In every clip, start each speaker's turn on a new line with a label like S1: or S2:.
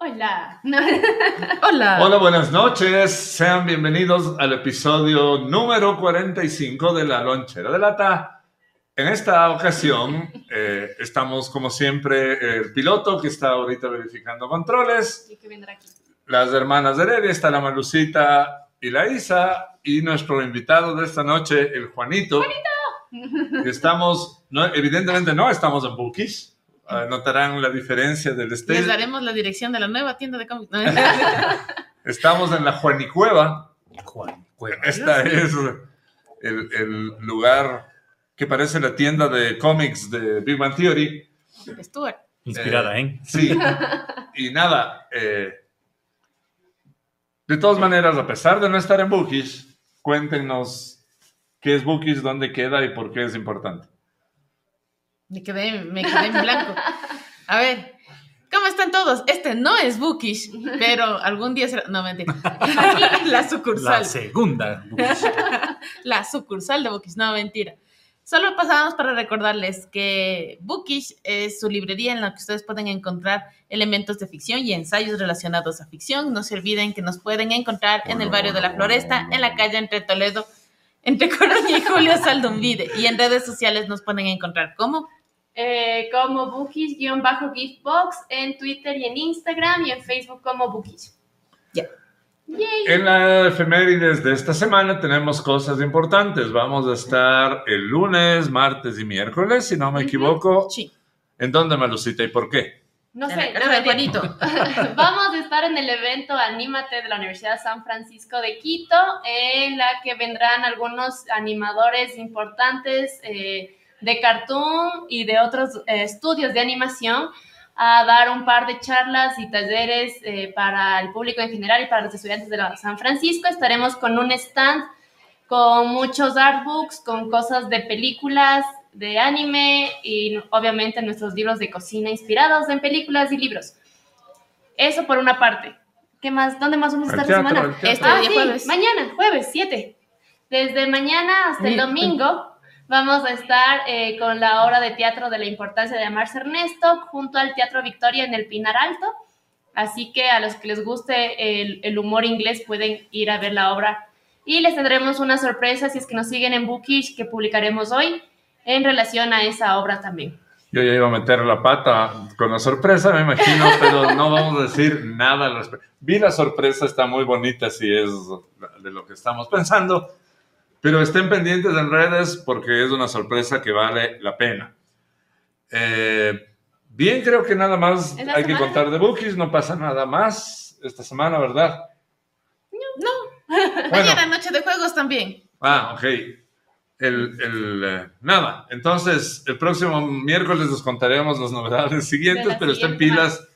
S1: Hola.
S2: Hola.
S3: Hola, buenas noches. Sean bienvenidos al episodio número 45 de La Lonchera de Lata. En esta ocasión eh, estamos, como siempre, el piloto que está ahorita verificando controles,
S1: ¿Y qué vendrá aquí?
S3: las hermanas de Heredia, está la Malucita y la Isa, y nuestro invitado de esta noche, el Juanito. ¡Juanito! Estamos, no, evidentemente no estamos en Bookish. Ah, Notarán la diferencia del
S2: Les
S3: stage.
S2: daremos la dirección de la nueva tienda de cómics. No,
S3: Estamos en la Juanicueva.
S4: Juan Cueva.
S3: Esta es el, el lugar que parece la tienda de cómics de Big Bang Theory.
S2: Stuart.
S4: Inspirada, ¿eh?
S3: Sí. Y nada, eh, de todas maneras, a pesar de no estar en Bookish, cuéntenos qué es Bookish, dónde queda y por qué es importante.
S2: Me quedé, me quedé en blanco. A ver, ¿cómo están todos? Este no es Bookish, pero algún día será. No, mentira. la sucursal.
S4: La segunda.
S2: la sucursal de Bookish, no mentira. Solo pasábamos para recordarles que Bookish es su librería en la que ustedes pueden encontrar elementos de ficción y ensayos relacionados a ficción. No se olviden que nos pueden encontrar en el barrio de la Floresta, en la calle entre Toledo, entre Coruña y Julio Saldumvide. Y en redes sociales nos pueden encontrar como
S1: Eh, como Bookish-Giftbox en Twitter y en Instagram y en Facebook como Bookish.
S2: Ya. Eh,
S1: Yay.
S3: En la efemérides de esta semana tenemos cosas importantes. Vamos a estar el lunes, martes y miércoles, si no me
S1: Ujú.
S3: equivoco.
S2: Chi.
S3: ¿En dónde, Malucita, y por qué?
S1: No
S2: en la
S1: sé,
S2: casa
S1: no
S2: de
S1: me entiendo.
S2: Juanito.
S1: Vamos a estar en el evento Anímate de la Universidad San Francisco de Quito, en la que vendrán algunos animadores importantes eh, de cartoon y de otros eh, estudios de animación a dar un par de charlas y talleres eh, para el público en general y para los estudiantes de la San Francisco. Estaremos con un stand con muchos artbooks, con cosas de películas, de anime y obviamente nuestros libros de cocina inspirados en películas y libros. Eso por una parte. ¿Qué más? ¿Dónde más vamos a
S3: Al
S1: estar
S3: teatro,
S1: la semana?
S3: al teatro.
S2: Este
S1: Ah,
S2: día
S1: sí,
S2: jueves.
S1: mañana, jueves 7. Desde mañana hasta el
S2: Ni-
S1: domingo vamos a estar eh, con la obra de teatro de la importancia de llamarse Ernesto junto al Teatro Victoria en el Pinar Alto. Así que a los que les guste el, el humor inglés pueden ir a ver la obra. Y les tendremos una sorpresa si es que nos siguen en Bookish que publicaremos hoy en relación a esa obra también.
S3: Yo ya iba a meter la pata con la sorpresa, me imagino, pero no vamos a decir nada al respecto. Vi la sorpresa, está muy bonita, si es de lo que estamos pensando, pero estén pendientes en redes porque es una sorpresa que vale la pena. Eh, bien, creo que nada más
S1: ¿Es la
S3: hay que
S1: semana?
S3: contar de Bookies, no pasa nada más esta semana, ¿verdad? No.
S2: Mañana noche de juegos también.
S3: Ah, ok. El, el, eh, nada, entonces el próximo miércoles les contaremos las novedades
S1: De
S3: siguientes,
S1: la
S3: pero estén
S1: siguiente
S3: pilas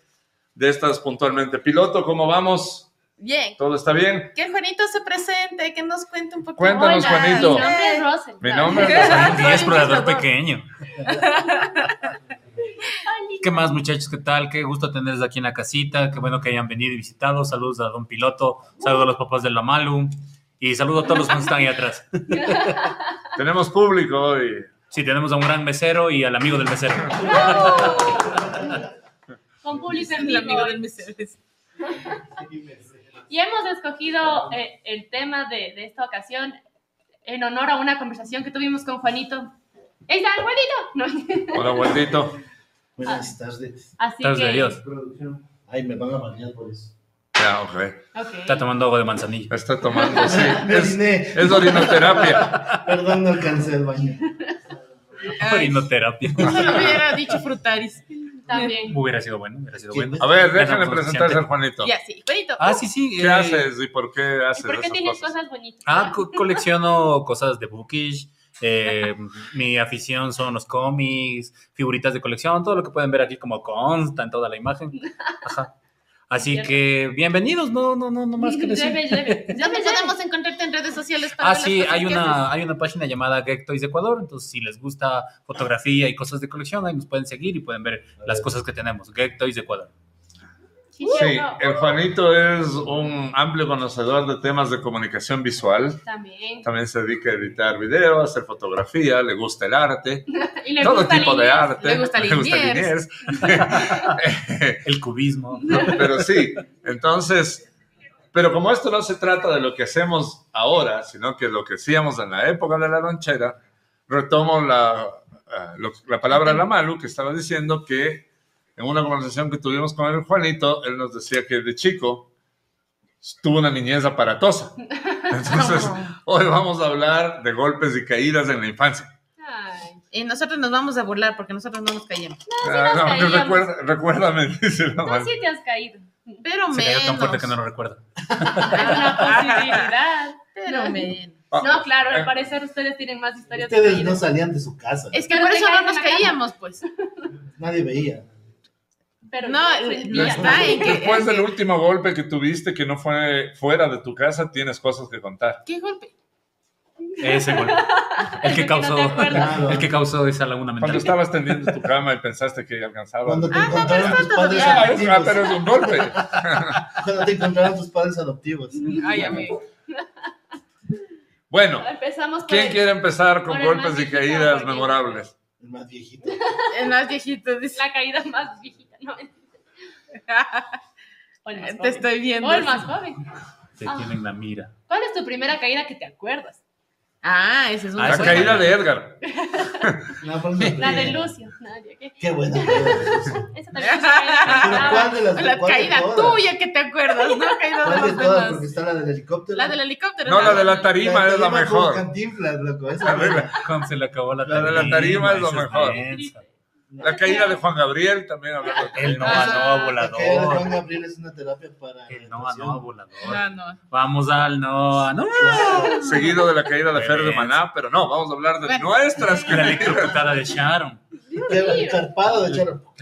S3: de estas puntualmente. Piloto, ¿cómo vamos?
S2: Bien.
S3: ¿Todo está bien?
S2: Que el Juanito se presente, que nos cuente un poco.
S3: Cuéntanos,
S1: Hola,
S3: Juanito.
S1: Mi nombre es Rosel.
S3: Mi nombre es
S4: Y
S2: Soy
S4: es
S2: un
S4: explorador
S2: cazador.
S4: pequeño. ¿Qué más, muchachos? ¿Qué tal? Qué gusto tenerles aquí en la casita. Qué bueno que hayan venido y visitado. Saludos a Don Piloto. Saludos a los papás de la Malu. Y saludos a todos los que están ahí atrás.
S3: Tenemos público hoy.
S4: Sí, tenemos a un gran mesero y al amigo del mesero.
S1: Con público en
S2: El
S1: vivo.
S2: amigo del Mercedes.
S1: Y hemos escogido eh, el tema de, de esta ocasión en honor a una conversación que tuvimos con Juanito. ¡Ey, San Juanito! No,
S3: Hola, Juanito.
S2: Ah.
S5: Buenas tardes,
S1: Así
S4: Estás
S1: que,
S4: de Dios.
S5: producción. Ay, me van a bañar por eso.
S3: Ya, ok.
S1: ok.
S4: Está tomando agua de manzanilla.
S3: Está tomando, sí.
S5: Me
S3: Es,
S5: oriné.
S3: es orinoterapia.
S5: Perdón, no alcancé el baño.
S2: Ay,
S4: Orinoterapia.
S2: solo hubiera dicho frutaris.
S1: También.
S4: Hubiera sido bueno, hubiera sido bueno. pues,
S3: A ver, déjenle
S4: Era
S3: presentarse al
S4: suficiente.
S3: Juanito.
S2: Ya, sí. Juanito.
S4: Ah, sí, sí.
S3: ¿Qué
S4: eh,
S3: haces y por qué
S1: ¿Y
S3: haces
S1: por qué
S3: esas
S1: tienes
S3: cosas?
S1: cosas bonitas?
S4: Ah, co- colecciono cosas de Bookish. eh, mi afición son los cómics, figuritas de colección, todo lo que pueden ver aquí como consta en toda la imagen. Ajá. Así que bienvenidos, no, no, no, no más que decir.
S1: Lleve, lleve.
S2: ¿Dónde
S1: Lleve, lleve.
S2: podemos encontrarte en redes sociales para
S4: Ah,
S2: ver las
S4: sí,
S2: cosas
S4: hay
S2: que
S4: una,
S2: haces?
S4: hay una página llamada Gag Toys Ecuador, entonces si les gusta fotografía y cosas de colección, ahí nos pueden seguir y pueden ver las cosas que tenemos. Gag Toys Ecuador.
S1: Sí,
S3: Sí,
S1: ¿cierto?
S3: el Juanito es un amplio conocedor de temas de comunicación visual.
S1: También.
S3: También se dedica a editar videos, hacer fotografía, le gusta el arte,
S1: Y le
S3: todo
S1: gusta
S3: tipo de
S1: Liniers.
S3: arte.
S2: le gusta Liniers.
S3: Liniers.
S4: El cubismo.
S3: pero sí, entonces, pero como esto no se trata de lo que hacemos ahora, sino que lo que hacíamos en la época de la lonchera, retomo la, ah, lo- la palabra de la Malu, que estaba diciendo que en una conversación que tuvimos con el Juanito, él nos decía que de chico tuvo una niñez aparatosa. Entonces, hoy vamos a hablar de golpes y caídas en la infancia.
S1: Ay.
S2: Y nosotros nos vamos a burlar porque nosotros no nos callamos.
S3: Ah, no,
S1: caíamos.
S3: recuerda- recuérdame, dice la
S1: No,
S3: Malu.
S1: sí te has caído.
S2: Pero
S4: Se cayó tan fuerte que no
S2: menos.
S4: lo recuerda.
S1: Es una posibilidad.
S2: Pero menos.
S3: Ah,
S1: No, claro,
S3: eh,
S1: al parecer ustedes tienen más historias de
S5: Ustedes no
S1: caídas.
S5: salían de su casa.
S2: Es que
S1: Pero
S2: por
S1: te
S2: eso
S1: caes
S2: no
S1: en
S2: nos
S1: la cama.
S2: caíamos, pues.
S5: Nadie veía.
S1: Pero
S2: No,
S1: yo soy
S2: no
S1: mía.
S2: está en que-
S3: Después del último golpe que tuviste que no fue fuera de tu casa, tienes cosas que contar.
S2: ¿Qué golpe?
S4: Ese golpe. El
S1: que
S4: que
S1: no
S4: causó,
S1: te acuerdas.
S5: Claro.
S4: el que causó esa laguna mental.
S3: Cuando estabas tendiendo tu cama y pensaste que alcanzaba.
S5: Cuando
S2: Ah,
S5: te
S2: no, pero
S5: encontraron
S2: está
S5: tus
S2: todavía.
S5: padres
S3: Ah, es- ah, pero
S5: adoptivos.
S3: es un golpe.
S5: Cuando te encontraron tus padres adoptivos.
S2: Ay, amigo.
S3: Bueno,
S1: Empezamos por
S2: pues,
S3: ¿quién
S1: el-
S3: quiere empezar con
S1: Por el
S3: golpes y
S1: maldito,
S3: caídas
S1: porque-
S3: memorables?
S5: El más viejito.
S2: El más viejito dice.
S1: la caída más viejita. No, o el más
S2: Te
S1: joven.
S2: estoy viendo.
S1: O el más joven.
S4: Te tienen la mira.
S1: ¿Cuál es tu primera caída que te acuerdas?
S2: Ah, ese es un
S4: Ah,
S3: La
S4: sí.
S2: sueño.
S3: caída de Edgar.
S5: No, por una
S1: La de
S5: tía.
S1: Lucio. Nadie, ¿qué?
S5: Qué buena. Esa
S1: Esa también es una caída.
S5: Pero ¿cuál de las
S2: Ah, La
S5: cuál de
S2: caída
S5: todas?
S2: tuya que te acuerdas, no caída de
S5: ¿Cuál
S2: los
S5: de todas? Porque
S2: demás.
S5: está la del helicóptero.
S2: La del helicóptero.
S3: No, la de la
S5: La
S3: tarima es la
S5: tarima con
S3: mejor.
S5: Cantinflas, loco. Esa es buena.
S4: Cuando se le acabó la
S3: La de
S4: tarima.
S3: la tarima es lo
S4: esa
S3: mejor.
S4: densa.
S3: La caída de Juan Gabriel también. hablando de
S4: El no
S3: caídas.
S4: a no
S5: La caída de Juan
S4: volador.
S5: Gabriel es una terapia para.
S4: El
S5: la
S4: no a no
S5: depresión.
S2: No,
S4: volador.
S2: Ah, no.
S4: Vamos al no a no.
S3: Seguido de la caída de Fer de Maná, pero no, vamos a hablar de
S2: Bueno.
S3: nuestras
S4: Y la
S3: caídas.
S4: electrocutada de Sharon.
S5: Qué carpado de charro.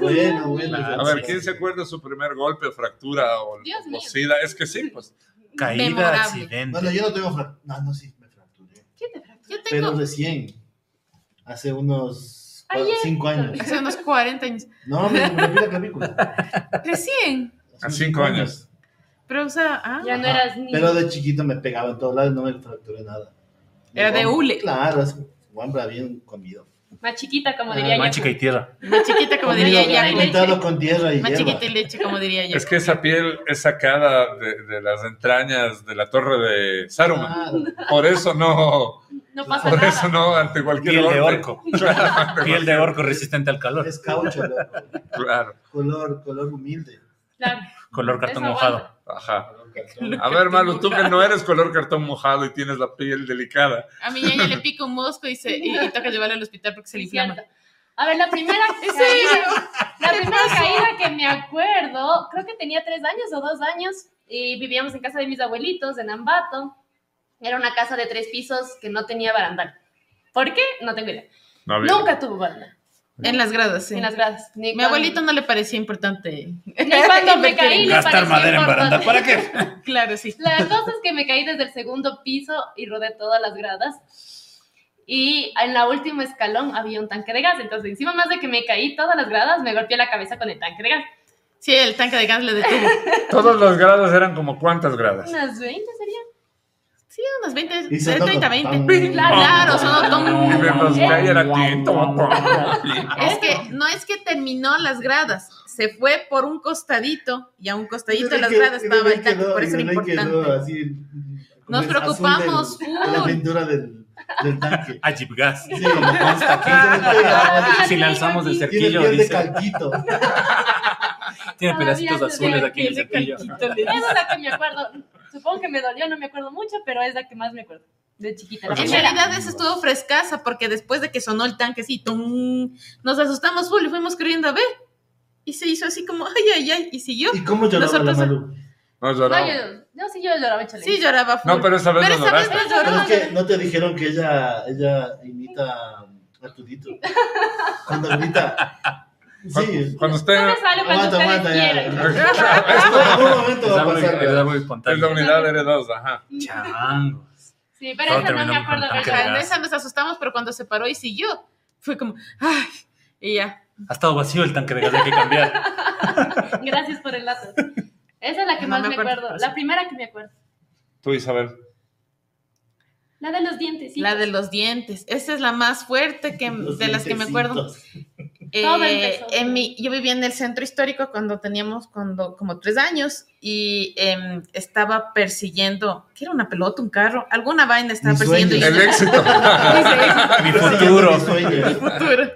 S5: Bueno, bueno.
S4: Claro.
S3: A ver, ¿quién se acuerda de su primer golpe, fractura o,
S1: Dios mío.
S3: o sida? Es que sí, pues.
S4: Caída,
S2: Memorable.
S4: accidente.
S5: Bueno, yo no tengo fractura. No, no, sí, me fracturé.
S1: ¿Qué te fracturó?
S2: Yo
S5: Pero
S2: tengo
S5: recién. Hace unos. cua-
S1: Ayer.
S5: Cinco años.
S2: hace unos 40 años.
S5: No, me me rompí la clavícula.
S2: Recién.
S3: A cinco años.
S2: Pero, o sea, ah,
S1: Ya no
S5: Ajá.
S1: eras ni.
S5: Pero de chiquito me pegaba en todos lados, no me fracturé nada.
S2: Era de
S5: Guam-
S2: hule.
S5: Claro, es guambra bien comido.
S1: Más chiquita, como
S5: Ah,
S1: diría
S4: Más
S1: yo.
S4: chica y tierra.
S2: más chiquita, como
S5: Comido,
S2: diría
S1: ya,
S2: Jack.
S5: alimentado con tierra y
S2: Más
S5: hierba.
S2: chiquita y leche, como diría
S3: Es
S2: Jack.
S3: que esa piel es sacada de, de las entrañas de la torre de Saruman.
S5: Claro.
S3: Por eso no,
S1: No pasa
S3: por
S1: nada.
S3: eso no ante cualquier
S4: Piel de
S3: golpe.
S4: orco.
S3: Claro,
S4: Piel de orco resistente al calor.
S5: Es caucho, loco.
S3: claro.
S5: Color, color humilde.
S1: Claro.
S4: Color cartón
S1: Eso
S4: mojado.
S3: Ajá.
S5: Color cartón.
S3: A ver, Malu, tú que no eres color cartón mojado y tienes la piel delicada.
S2: A mi ñaña le pica un mosco y, se, y, y toca llevarlo al hospital porque se le
S1: Sí,
S2: inflama.
S1: cierto. A ver, la primera caída, la primera caída que me acuerdo, creo que tenía tres años o dos años y vivíamos en casa de mis abuelitos en Ambato. Era una casa de tres pisos que no tenía barandal. ¿Por qué? No tengo idea.
S3: No, bien.
S1: Nunca tuvo barandal
S2: En las gradas, sí.
S1: en las gradas. Ni
S2: Mi
S1: cuando-
S2: abuelito no le parecía importante.
S1: Ni cuando me caí le
S4: Gastar
S1: pareció
S4: madera en barandal.
S1: importante.
S4: ¿Para qué?
S2: Claro, sí.
S1: La cosa es que me caí desde el segundo piso y rodé todas las gradas. Y en la última escalón había un tanque de gas. Entonces, encima más de que me caí todas las gradas, me golpeé la cabeza con el tanque de gas.
S2: Sí, el tanque de gas le detuvo.
S3: Todas las gradas eran como cuántas gradas.
S1: Unas 20 sería.
S2: Sí, unas 20,
S5: Y se
S2: de 30 a 20.
S5: toca-
S2: Claro, sonó
S3: Y
S2: tom.
S3: mientras caía era tin, tom, tom.
S2: Es que no es que terminó las gradas, se fue por un costadito y a un costadito de las
S5: Y
S2: gradas estaba
S5: bebé
S2: el tanque,
S5: quedó-
S2: por
S5: y
S2: eso era
S5: bebé quedó
S2: importante.
S5: así, como
S2: Nos
S5: es, azul
S2: preocupamos, uh.
S5: del- de la
S2: full.
S5: aventura del, del tanque.
S4: Ajib Gas.
S5: Sí, como consta aquí.
S1: Ah,
S4: Si la alzamos del
S1: aquí.
S5: Tiene
S4: cerquillo,
S5: piel de
S4: dice.
S5: calquito.
S2: Ah,
S4: Tiene
S1: Todavía
S4: pedacitos
S1: se ve
S4: azules aquí en el
S1: piel de
S4: cerquillo.
S1: Esa es la que me acuerdo. Supongo que me dolió, no me acuerdo mucho, pero es la que más me acuerdo. De chiquita.
S4: Pues
S1: La
S2: En
S1: primera.
S2: realidad eso estuvo frescaza porque después de que sonó el tanque así, tum, nos asustamos full y fuimos corriendo a ver. Y se hizo así como, ay, ay, ay, y siguió.
S5: ¿Y cómo lloraba
S2: Nosotros-
S5: la Malu?
S1: No,
S3: No lloraba.
S1: yo, no, sí, yo lloraba, chale.
S2: Sí, lloraba full.
S3: No, pero esa vez
S2: Pero
S3: no
S2: esa vez
S3: lloraste.
S2: no
S5: Pero
S2: lloró.
S5: es que no te dijeron que ella, ella imita a Tudito. Cuando grita. Sí.
S3: Cuando- Cuando usted
S1: Solo sale cuando
S5: Aguanta,
S1: ustedes
S5: aguanta ya.
S1: quieran.
S5: Esto en algún momento va
S4: Está
S5: a
S4: muy,
S5: pasar.
S4: está
S5: ¿verdad?
S4: muy
S3: Es la
S4: espontáneo.
S3: unidad heredosa, ajá.
S4: Chango.
S1: Sí, pero
S4: Todo
S1: esa no me
S4: terminó con
S1: acuerdo.
S4: tanque
S1: ¿verdad?
S4: de
S2: Ajá, en esa nos asustamos, pero cuando se paró y siguió, fue como, ay, y ya.
S4: Ha estado vacío el tanque de gas, hay que cambiar.
S1: Gracias por el dato. Esa es la que
S2: No
S1: más
S2: me
S1: me
S2: acuerdo,
S1: acuerdo,
S2: pero sí.
S1: la primera que me acuerdo.
S3: Tú, Isabel.
S1: La de los dientes, sí.
S2: La de los dientes. Esa es la más fuerte que,
S5: Los
S2: de las que me acuerdo.
S5: dientecitos.
S2: Eh,
S1: Todo empezó.
S2: en mi- yo vivía en el centro histórico cuando teníamos cuando, como tres años y em, estaba persiguiendo, ¿qué era una pelota, un carro? Alguna vaina estaba
S5: Mi
S2: persiguiendo.
S5: sueño.
S3: El éxito.
S4: Mi
S5: Estoy
S4: futuro.
S5: siguiendo mis sueños.
S2: futuro.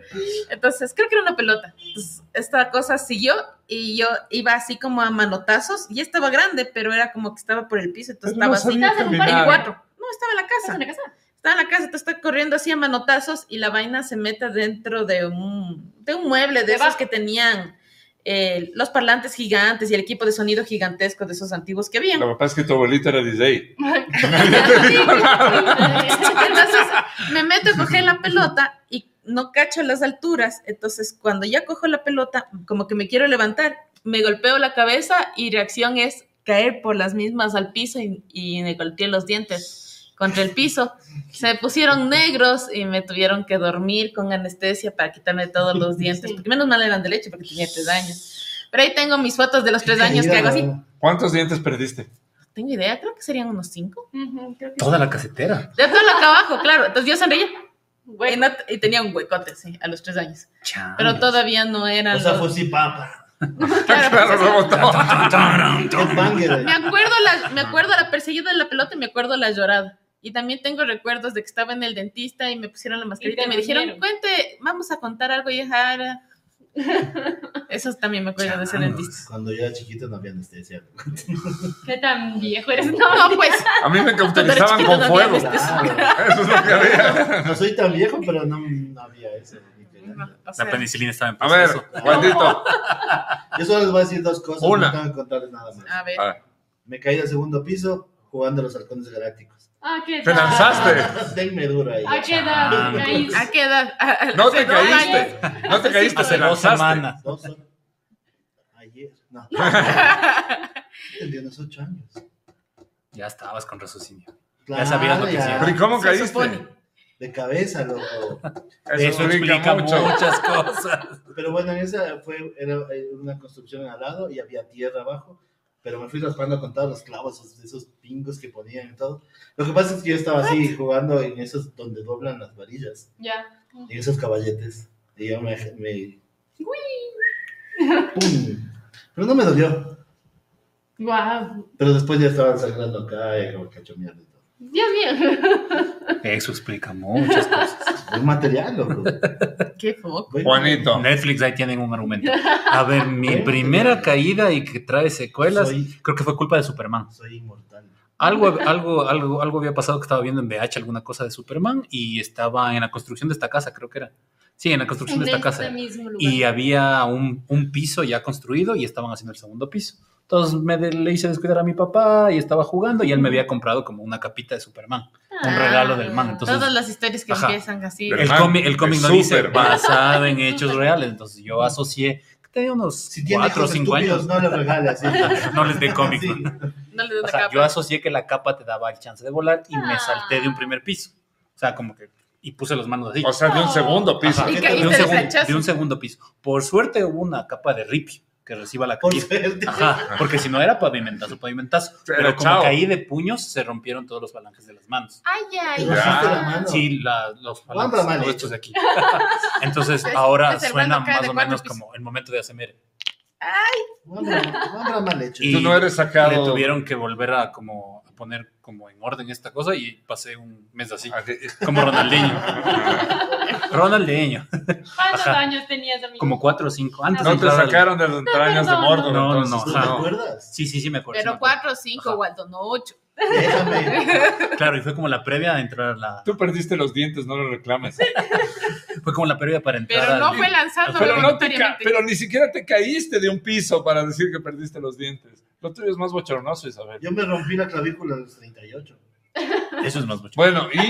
S2: Entonces, creo que era una pelota. Entonces, esta cosa siguió y yo iba así como a manotazos. Y estaba grande, pero era como que estaba por el piso. Entonces
S3: No
S2: estaba así.
S3: sabía Ah,
S1: Estás en un
S2: En
S1: parque.
S3: caminar.
S2: cuatro. No, estaba en la
S1: ¿Estás
S2: casa.
S1: en la casa?
S2: Estaba en la casa. Entonces está corriendo así a manotazos y la vaina se mete dentro de un, de un mueble de esos
S1: Debajo.
S2: que tenían eh, los parlantes gigantes y el equipo de sonido gigantesco de esos antiguos que habían.
S3: Lo que pasa es que tu abuelita era DJ.
S2: Entonces me meto a coger la pelota y no cacho las alturas. Entonces, cuando ya cojo la pelota, como que me quiero levantar, me golpeo la cabeza y reacción es caer por las mismas al piso y, y me golpeé los dientes contra el piso. Se me pusieron negros y me tuvieron que dormir con anestesia para quitarme todos los dientes.
S1: Sí.
S2: Porque menos mal eran de leche porque tenía tres años. Pero ahí tengo mis fotos de los tres años que hago así.
S3: ¿Cuántos dientes perdiste?
S2: Tengo idea, creo que serían unos cinco.
S1: Ujú, creo que sí.
S4: Toda la casetera.
S2: De todo lo que abajo, claro. Entonces yo sonreía. Y,
S1: Bueno,
S2: no- y tenía un huecote, sí, a los tres años.
S4: Chao.
S2: Pero todavía no era.
S5: O sea,
S2: lo-
S5: fue así, papa.
S2: claro,
S3: Claro,
S2: pues, o sea,
S3: rebotó.
S2: me acuerdo la, me acuerdo la perseguida de la pelota y me acuerdo la llorada. Y también tengo recuerdos de que estaba en el dentista y me pusieron la mascarita
S1: te
S2: y, me dijeron,
S1: durmieron.
S2: cuente, vamos a contar algo, y Jara. Eso también me acuerdo de ese
S4: Changos.
S2: dentista.
S5: Cuando yo era chiquito no había anestesia.
S1: ¿qué tan viejo eres? No,
S2: No, pues,
S3: A mí me cauterizaban
S2: chiquito
S3: con
S2: no había
S3: fuego.
S2: anestesia.
S3: Eso es lo que había.
S5: No soy tan viejo, pero no, no había eso. ni que nada.
S2: o sea,
S4: La penicilina estaba en
S3: A ver,
S4: proceso.
S3: Juanito.
S5: Yo solo les voy a decir dos cosas.
S3: Una.
S5: No tengo que contarles nada más.
S2: a ver,
S3: A ver,
S5: Me caí al segundo piso jugando a los halcones galácticos.
S1: Ah, ¿qué
S3: Te
S1: edad?
S3: lanzaste.
S5: Denme duro ahí.
S1: ¿A qué edad?
S4: Changos.
S1: Ahí-
S2: ¿a qué edad? Ah, A- a-
S3: No
S2: hace
S3: te
S2: dos años.
S3: caíste. No te caíste,
S4: Hace
S3: te
S4: dos
S3: lanzaste.
S4: semanas.
S5: Dos son- Ayer. No. Tendría unos ocho años.
S4: Ya estabas con raciocinio.
S5: Claro,
S4: sabías lo que hacías.
S3: Pero ¿y cómo
S2: Se
S3: caíste?
S2: supone.
S5: De cabeza, loco.
S4: Eso explica muchas cosas.
S5: Pero bueno, en esa fue era eh, una construcción al lado y había tierra abajo. Pero me fui raspando con todos los clavos, esos, esos pingos que ponían y todo. Lo que pasa es que yo estaba así jugando en esos donde doblan las varillas,
S1: Ya.
S5: en esos caballetes. Y yo me. me... ¡Pum! Pero no me dolió.
S1: Wow.
S5: Pero después ya estaban sangrando acá y como cacho mierda y todo.
S1: Dios mío.
S4: Eso explica muchas cosas.
S5: Un material, loco.
S2: Qué foco.
S5: Bueno,
S3: Juanito.
S4: Netflix ahí tienen un argumento. A ver, mi primera caída y que trae secuelas,
S5: Soy,
S4: creo que fue culpa de Superman.
S5: soy inmortal.
S4: Algo, algo, algo, algo había pasado que estaba viendo en VH alguna cosa de Superman y estaba en la construcción de esta casa, creo que era. Sí, Pues en la construcción
S1: En
S4: de esta casa.
S1: este mismo lugar.
S4: Y había un, un piso ya construido y estaban haciendo el segundo piso. Entonces me de- le hice descuidar a mi papá y estaba jugando y él me había comprado como una capita de Superman. un
S1: Ah,
S4: regalo del man, entonces-
S2: Todas las historias que
S4: Ajá.
S2: empiezan así.
S3: Del
S4: El
S3: man,
S4: cómic, el cómic
S3: de
S4: no dice
S3: Superman.
S4: basado en hechos reales. Entonces yo asocié, que tenía unos
S5: Si tiene
S4: 4 o
S5: hijos
S4: 5
S5: estúpidos,
S4: años.
S5: no le regales. ¿sí?
S4: No les dé cómic.
S5: Sí.
S4: ¿no?
S2: No le doy
S4: O
S2: una
S4: sea,
S2: capa.
S4: yo asocié que la capa te daba el chance de volar y me
S1: Ah.
S4: salté de un primer piso. O sea, como que. Y puse las manos así.
S3: O sea, de un segundo piso.
S4: Ajá,
S2: Y
S5: ¿qué
S4: de,
S2: caíste
S4: un
S2: de
S4: segundo,
S2: planchazo.
S4: de un segundo piso. Por suerte hubo una capa de ripio que reciba la
S5: Por
S4: caída.
S5: suerte.
S4: Ajá, porque si no era pavimentazo, pavimentazo.
S3: Pero
S4: Pero como
S3: chao.
S4: caí de puños, se rompieron todos los falanges de las manos.
S2: Ay, ay, Ah.
S5: Te
S3: Ya.
S5: bajaste la mano.
S4: Sí, la- los
S5: Wanda
S4: falanges,
S5: mal
S4: todos
S5: hecho.
S4: estos de aquí. Entonces
S2: Es-
S4: ahora
S2: es el
S4: suena
S2: Wanda cae de
S4: más o
S2: cuatro
S4: menos
S2: pisos.
S4: como el momento de ASMR.
S5: Wanda- Wanda mal hecho.
S4: Y-
S3: Tú no eres
S4: Le
S3: sacado.
S4: tuvieron que volver a como a poner como en orden esta cosa y pasé un mes así,
S3: Así.
S4: como Ronaldinho. Ronaldinho,
S1: ¿Cuántos
S4: Ajá.
S1: años tenías, amigo?
S4: como cuatro o cinco. Antes de
S3: No te
S4: entrar al-
S3: sacaron de las entrañas de
S1: perdón.
S3: Mordor.
S4: No, no,
S5: ¿Tú
S3: entonces,
S5: te
S4: ajá.
S5: acuerdas?
S4: Sí, sí, sí, me acuerdo. sí me
S2: Pero
S4: acuerdo.
S2: cuatro o cinco,
S4: Ajá.
S2: Waldo, no ocho.
S5: Déjame.
S4: Claro, y fue como la previa de entrar a la.
S3: Tú perdiste los dientes, no lo reclames.
S4: Fue como la previa para entrar.
S2: Pero no
S4: al-
S2: fue lanzado
S4: Pero
S3: Pero, no te ca-
S2: voluntariamente.
S3: pero ni siquiera te caíste de un piso para decir que perdiste los dientes. Lo tuyo es más bochornoso, Isabel.
S5: Yo me rompí la clavícula a los 38.
S4: Eso es más mucho.
S3: Bueno, ¿y,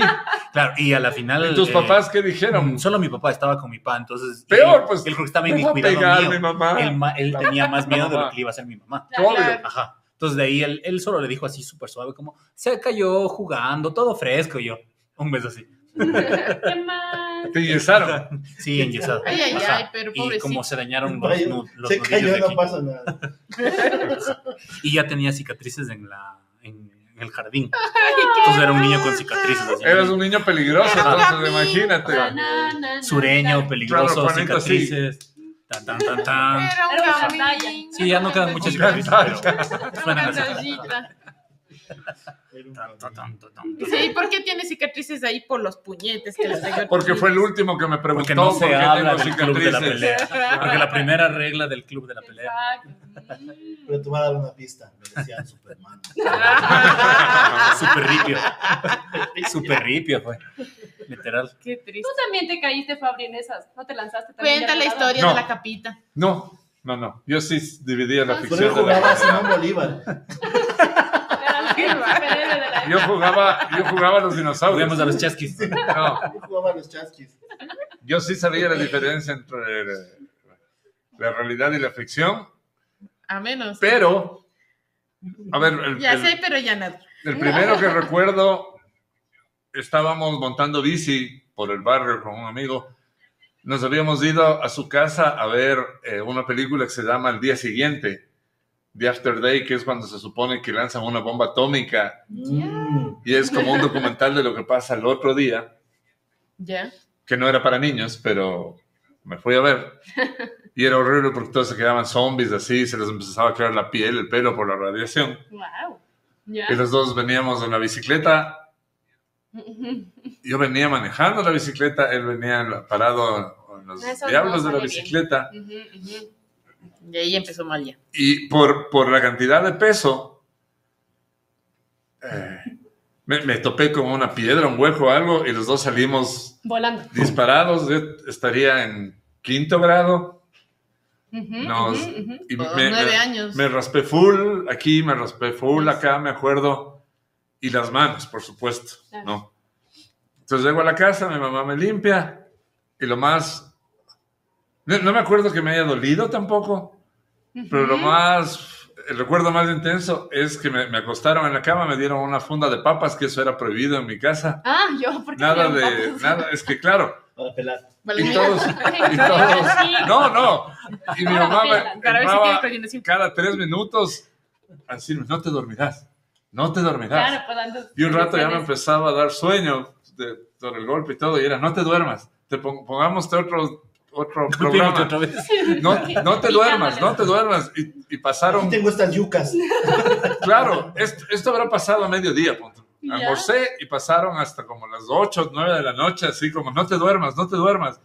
S4: Claro, y a la final.
S3: ¿y tus
S4: eh,
S3: papás qué
S4: mm,
S3: dijeron?
S4: Solo mi papá estaba con mi papá, entonces.
S3: Peor,
S4: él-
S3: pues,
S4: Él creo que estaba
S3: Me va a
S4: cuidado
S3: pegar
S4: mío.
S3: mi mamá.
S4: Él, ma- él tenía más miedo de lo
S3: Mamá.
S4: que le iba a hacer mi mamá.
S3: Obvio.
S4: Ajá. Entonces de ahí él, él solo le dijo así súper suave, como se cayó jugando, todo fresco. Y yo, un beso así.
S1: ¿Qué más?
S3: Te yesaron.
S4: Sí, enyesado.
S2: Ay, ay,
S4: Ajá.
S2: ay, pero
S4: Y
S2: pobrecito.
S4: como se dañaron los,
S5: Vaya,
S4: nu- los
S5: se
S4: nudillos
S5: cayó,
S4: de
S5: no
S4: aquí.
S5: pasa nada.
S4: Y ya tenía cicatrices en, la, en, en el jardín. Entonces era un niño con cicatrices. así.
S3: Eras un niño peligroso,
S4: Ah.
S3: entonces imagínate.
S1: Na, na, na, na,
S4: Sureño,
S1: na.
S4: peligroso,
S3: Claro, ponente así.
S4: cicatrices. Tan, tan, tan, tan.
S2: Era
S1: Era una
S2: un
S1: batalla.
S2: gamín.
S4: Sí, ya no quedan muchas cicatrices, pero
S2: Una
S4: suenan así.
S2: batallita.
S5: Era un
S4: Tan, tan, tan, tan, tan.
S2: Sí, ¿por qué tiene cicatrices ahí por los puñetes que les pegó?
S3: Porque fue el último que me preguntó
S4: Porque no
S3: por
S4: se
S3: qué
S4: habla
S3: tengo
S4: del club de la
S3: cicatrices.
S4: pelea. Porque la primera regla del club de la pelea.
S1: Exacto. Mm.
S5: Pero te voy a dar una pista. Me decían Superman.
S4: Super ripio. Super ripio fue. Literal.
S2: Qué
S1: Tú
S2: triste.
S1: también te caíste, Fabri, en esas. No te lanzaste también.
S2: Cuenta
S1: del
S2: la
S1: lado?
S2: historia
S3: No.
S2: de la capita.
S3: No, no, no. Yo sí dividía la
S5: Por
S3: ficción.
S5: eso
S3: de la
S5: jugaba
S3: realidad.
S5: Simón Bolívar.
S1: Era la superhéroe de la-
S3: Yo jugaba, yo jugaba a los dinosaurios.
S4: Juguemos a los chasquis.
S3: No,
S5: Yo jugaba a los chasquis.
S3: yo sí sabía la diferencia entre la realidad y la ficción,
S2: A menos.
S3: pero, a ver, el,
S2: ya
S3: el-
S2: sé, pero ya nada.
S3: el primero que recuerdo, estábamos montando bici por el barrio con un amigo. Nos habíamos ido a su casa a ver eh, una película que se llama El Día Siguiente, The After Day, que es cuando se supone que lanzan una bomba atómica
S5: Mm.
S3: y es como un documental de lo que pasa el otro día,
S2: Ya.
S3: que no era para niños, pero me fui a ver. Y era horrible porque todos se quedaban zombies así, se les empezaba a quedar la piel, el pelo por la radiación.
S1: Wow. Ya.
S3: Y los dos veníamos en la bicicleta, yo venía manejando la bicicleta, él venía en la- parado en los
S1: Eso no
S3: diablos de la
S1: sale bien.
S3: bicicleta.
S1: Ujú, ujú.
S2: Y ahí empezó mal ya.
S3: Y por, por la cantidad de peso, eh, me, me topé con una piedra, un hueco o algo, y los dos salimos
S1: Volando.
S3: disparados, yo estaría en quinto grado
S1: Ujú,
S3: No,
S1: ujú,
S3: es-
S1: ujú.
S3: y
S2: Por
S3: me,
S2: nueve
S3: me-
S2: años.
S3: me raspé full aquí, me raspé full acá, me acuerdo, y las manos, por supuesto,
S1: Claro.
S3: ¿no? Entonces llego a la casa, mi mamá me limpia, y lo más, no, no me acuerdo que me haya dolido tampoco, pero lo
S1: Ujú.
S3: más, el recuerdo más intenso es que me, me acostaron en la cama, me dieron una funda de papas, que eso era prohibido en mi casa.
S1: Ah, yo, porque
S3: Nada de, nada, es que claro,
S5: Para pelar.
S3: y todos, y todos- no, no. Y mi
S1: Ahora
S3: mamá me
S1: pelan,
S2: Para ver si tiene
S3: entraba
S2: coordinación.
S3: cada tres minutos a decirme, no te dormirás, no te dormirás.
S1: Claro, pues antes-
S3: Y un rato ya me
S1: antes-
S3: empezaba a dar sueño de, por el golpe y todo, y era, no te duermas, te pon- pongamos otro, otro
S4: Golpeémosle
S3: programa.
S4: otra vez.
S3: No, no te duermas, no te duermas. Y, y
S5: Aquí
S3: pasaron,
S5: tengo estas yucas.
S3: claro, esto, esto habrá pasado a mediodía, punto.
S1: Ya.
S3: Almorcé y pasaron hasta como las 8, 9 de la noche, así como, no te duermas, no te duermas.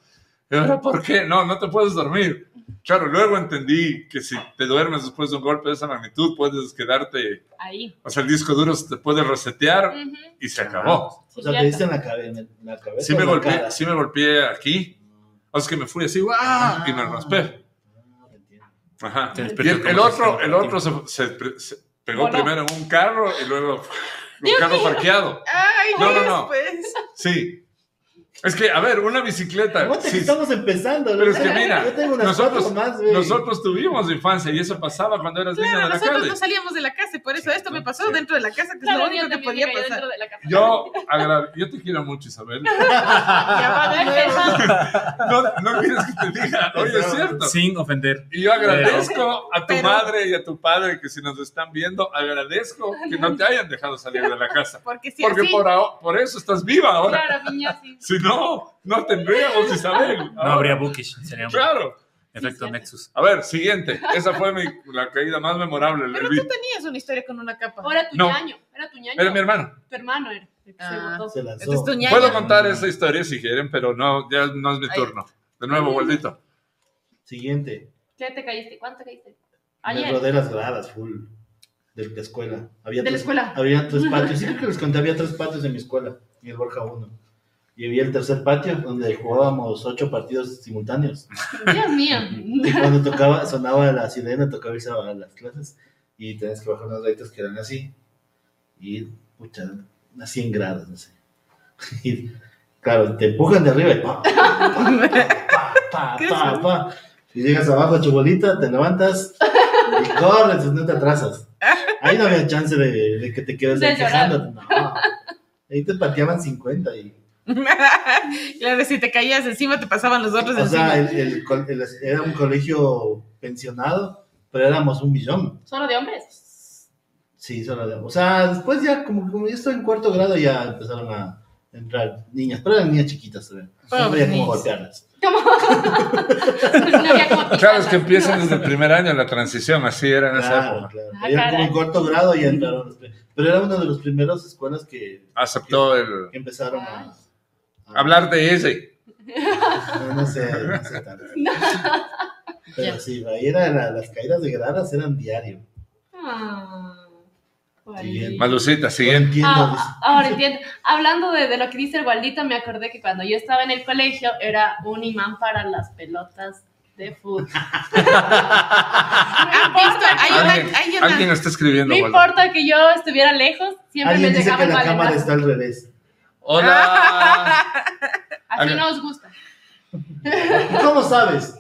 S3: Y ahora, ¿por qué? No, no te puedes dormir. Claro, luego entendí que si te duermes después de un golpe de esa magnitud, puedes quedarte,
S1: Ahí.
S3: o sea, el disco duro se te puede resetear
S1: Ujú,
S3: y se acabó.
S5: O sea, te diste en la, cabe- en la cabeza.
S3: Sí me
S5: en la
S3: golpeé,
S5: cara.
S3: sí me golpeé aquí, o sea, que me fui así, ¡guau! Y
S1: Ah.
S3: me raspé.
S5: Ah, te entiendo.
S3: Ajá.
S4: Te
S3: Y
S4: despiertas
S3: el,
S4: como
S3: el
S4: que
S3: otro,
S4: está
S3: el otro se, se- se pegó
S1: Voló.
S3: primero en un carro y luego un carro parqueado.
S2: Ay,
S3: No, no, no.
S2: después.
S3: Sí. Es que, a ver, una bicicleta.
S5: Aguante que
S3: sí,
S5: estamos empezando.
S3: pero es que
S5: ¿no?
S3: mira,
S5: yo tengo unas
S3: nosotros,
S5: cuatro más, güey.
S3: nosotros tuvimos infancia y eso pasaba cuando eras niña
S2: Claro,
S3: de la
S2: nosotros
S3: calle.
S2: no salíamos de la casa, y por eso esto me pasó
S4: Sí.
S2: dentro de la casa, que
S1: Claro,
S2: es lo
S1: yo
S2: único que
S1: también
S2: podía
S1: me caí dentro
S2: pasar.
S1: de la cama.
S3: Yo, agra- yo te quiero mucho, Isabel.
S2: Ya va de nuevo.
S3: No, no quieres que te diga, oye, es cierto.
S4: Sin ofender.
S3: Y yo agradezco a tu
S2: Pero-
S3: madre y a tu padre que si nos están viendo, agradezco que no te hayan dejado salir de la casa.
S2: Porque si
S3: Porque
S2: así,
S3: por, aho- por eso estás viva ahora.
S1: Claro, niña, sí.
S3: Si no, no tendríamos Isabel.
S4: No habría bookish. Sería un
S3: Claro.
S4: efecto
S1: Sí, sí.
S4: Nexus.
S3: A ver, siguiente. Esa fue mi, la caída más memorable.
S2: Pero
S3: Vi-
S2: tú tenías una historia con una capa.
S1: Ahora tu
S3: No.
S1: ñaño. Era tu ñaño.
S3: Era mi hermano.
S1: Tu hermano era. el que se
S2: Ah.
S1: botó.
S5: Se
S2: Esto
S5: lanzó.
S2: es tu ñaña.
S3: Puedo contar esa historia si quieren, pero no, ya no es mi
S2: Ahí.
S3: turno. De nuevo, vueltito.
S5: Siguiente.
S1: ¿Qué te caíste? ¿Cuánto te caíste?
S5: Me
S1: Ayer.
S5: rodé las gradas, full. De la escuela. Había
S1: De la
S5: tres-
S1: escuela.
S5: Había tres patios. Sí, creo que les conté. Había tres patios en mi escuela. Y el Borja uno. Y había el tercer patio donde jugábamos ocho partidos simultáneos.
S1: Dios mío.
S5: Y cuando tocaba, sonaba la sirena, tocaba irse a las clases. Y tenías que bajar unas raditas que eran así. Y, pucha, a 100 grados, no sé. Y, claro, te empujan de arriba y pa, pa, pa, pa,
S2: ¿Qué
S5: pa,
S2: es?
S5: pa. Y llegas abajo, chubolita, te levantas y corres, no te atrasas. Ahí no había chance de, de que te quedes
S1: De
S5: ahí quejándote. No. Ahí te pateaban 50 y
S2: claro, si te caías encima, te pasaban los otros
S5: O
S2: encima.
S5: sea, el- el col- el- era un colegio pensionado, pero éramos un millón.
S1: Solo de hombres.
S5: Sí, solo de- O sea, después ya, como, como yo estoy en cuarto grado, ya empezaron a entrar niñas, pero eran niñas chiquitas todavía. No
S2: Pobres
S1: pues
S5: había cómo
S2: niños.
S5: golpearlas.
S1: No había como
S3: Claro, es
S1: picarlas.
S3: que empiezan desde el primer año la transición, así era en esa
S5: Claro,
S3: época.
S5: claro.
S1: Ah,
S5: Ya como
S1: caray.
S5: en cuarto grado ya entraron. los pri- Pero era una de las primeras escuelas que,
S3: Aceptó el
S5: que empezaron a, a-
S3: hablar de ese.
S5: No, no sé, no sé tanto. Pero
S2: Ya.
S5: sí, ahí era la- las caídas de gradas eran diario.
S1: Ah, Gualdito.
S5: Siguiente.
S3: Malucita,
S5: Ahora
S3: siguiente.
S5: entiendo,
S1: Ah,
S5: dice.
S1: ahora entiendo. Hablando de, de lo que dice el Gualdito, me acordé que cuando yo estaba en el colegio era un imán para las pelotas de fútbol.
S2: ¿Han visto? Hay
S3: Alguien,
S2: una, hay una-
S3: alguien está escribiendo.
S1: No
S3: Waldo.
S1: importa que yo estuviera lejos, siempre me
S5: Alguien dice
S1: llegaba
S5: que
S1: el
S5: la cámara
S1: balonazo.
S5: está al revés.
S3: Hola.
S1: Así
S3: Alguien-
S1: nos gusta.
S5: ¿Y ¿Cómo sabes?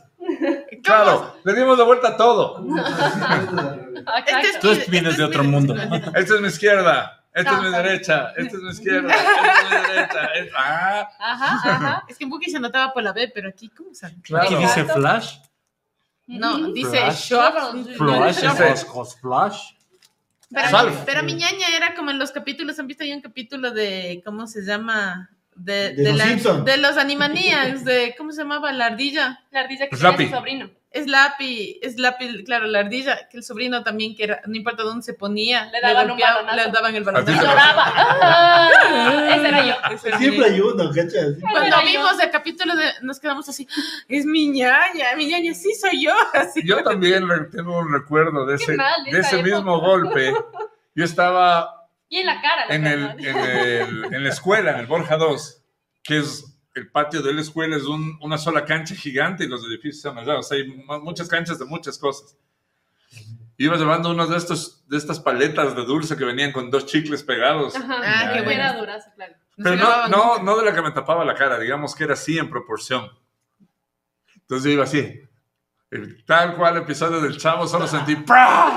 S3: Claro, le dimos de vuelta todo.
S2: Este es
S1: Exacto.
S4: Tú
S2: mi-
S4: vienes
S2: este
S4: de
S2: es
S4: otro
S2: mi-
S4: mundo.
S3: Esta es mi izquierda. Esta es mi
S1: No, sorry.
S3: derecha. Esta es mi izquierda. Esta es mi derecha. es- Ah,
S1: Ajá, ajá.
S2: Es que en Buki se notaba por la B, pero aquí, ¿cómo se
S3: Claro.
S4: Aquí dice Flash.
S1: Mm,
S2: No, dice
S4: Flash.
S2: Shock. No,
S4: Flash,
S2: es
S3: Flash.
S2: Shock.
S4: es Oscos Flash.
S2: Pero,
S3: Salve.
S2: pero mi ñaña era como en los capítulos, ¿han visto ahí un capítulo de, ¿cómo se llama? De,
S5: De los
S2: la-
S5: Simpson.
S2: de los Animaniacs, de, ¿cómo se llamaba? La ardilla.
S1: La ardilla que
S3: Pues
S1: tiene
S3: Lapi.
S1: su sobrino.
S2: Es Lapi, es Lapi, claro, la ardilla, que el sobrino también, que era, no importa dónde se ponía,
S1: Le daban un
S2: golpeaba-
S1: balonazo.
S2: le daban el
S1: Y
S3: Ardilla.
S2: balonazo.
S1: lloraba. Ah, ese era yo.
S2: Ese era
S5: Siempre
S2: mi-
S5: hay uno, ¿cachas?
S2: Cuando
S1: Era yo.
S2: vimos el capítulo de- nos quedamos así, ¡Ah! es mi ñaña, mi ñaña, sí soy yo. Así.
S3: Yo también re- tengo un recuerdo de ese,
S1: mal,
S3: de
S1: esa
S3: ese
S1: época.
S3: mismo golpe. Yo estaba
S1: Y en la cara. la
S3: en,
S1: verdad.
S3: el, en, el- en la escuela, en el Borja 2, que es el patio de la escuela, es un- una sola cancha gigante y los edificios se han O sea, hay mu- muchas canchas de muchas cosas. Iba llevando uno de, estos, de estas paletas de dulce que venían con dos chicles pegados.
S1: Ajá.
S2: Ah,
S3: qué
S1: Era
S2: bueno.
S1: durazo, claro.
S3: Pero
S2: se
S3: no,
S2: lavaban
S3: no, no de la que me tapaba la cara, digamos que era así en proporción. Entonces yo iba así. El tal cual episodio del chavo, solo sentí ¡pra!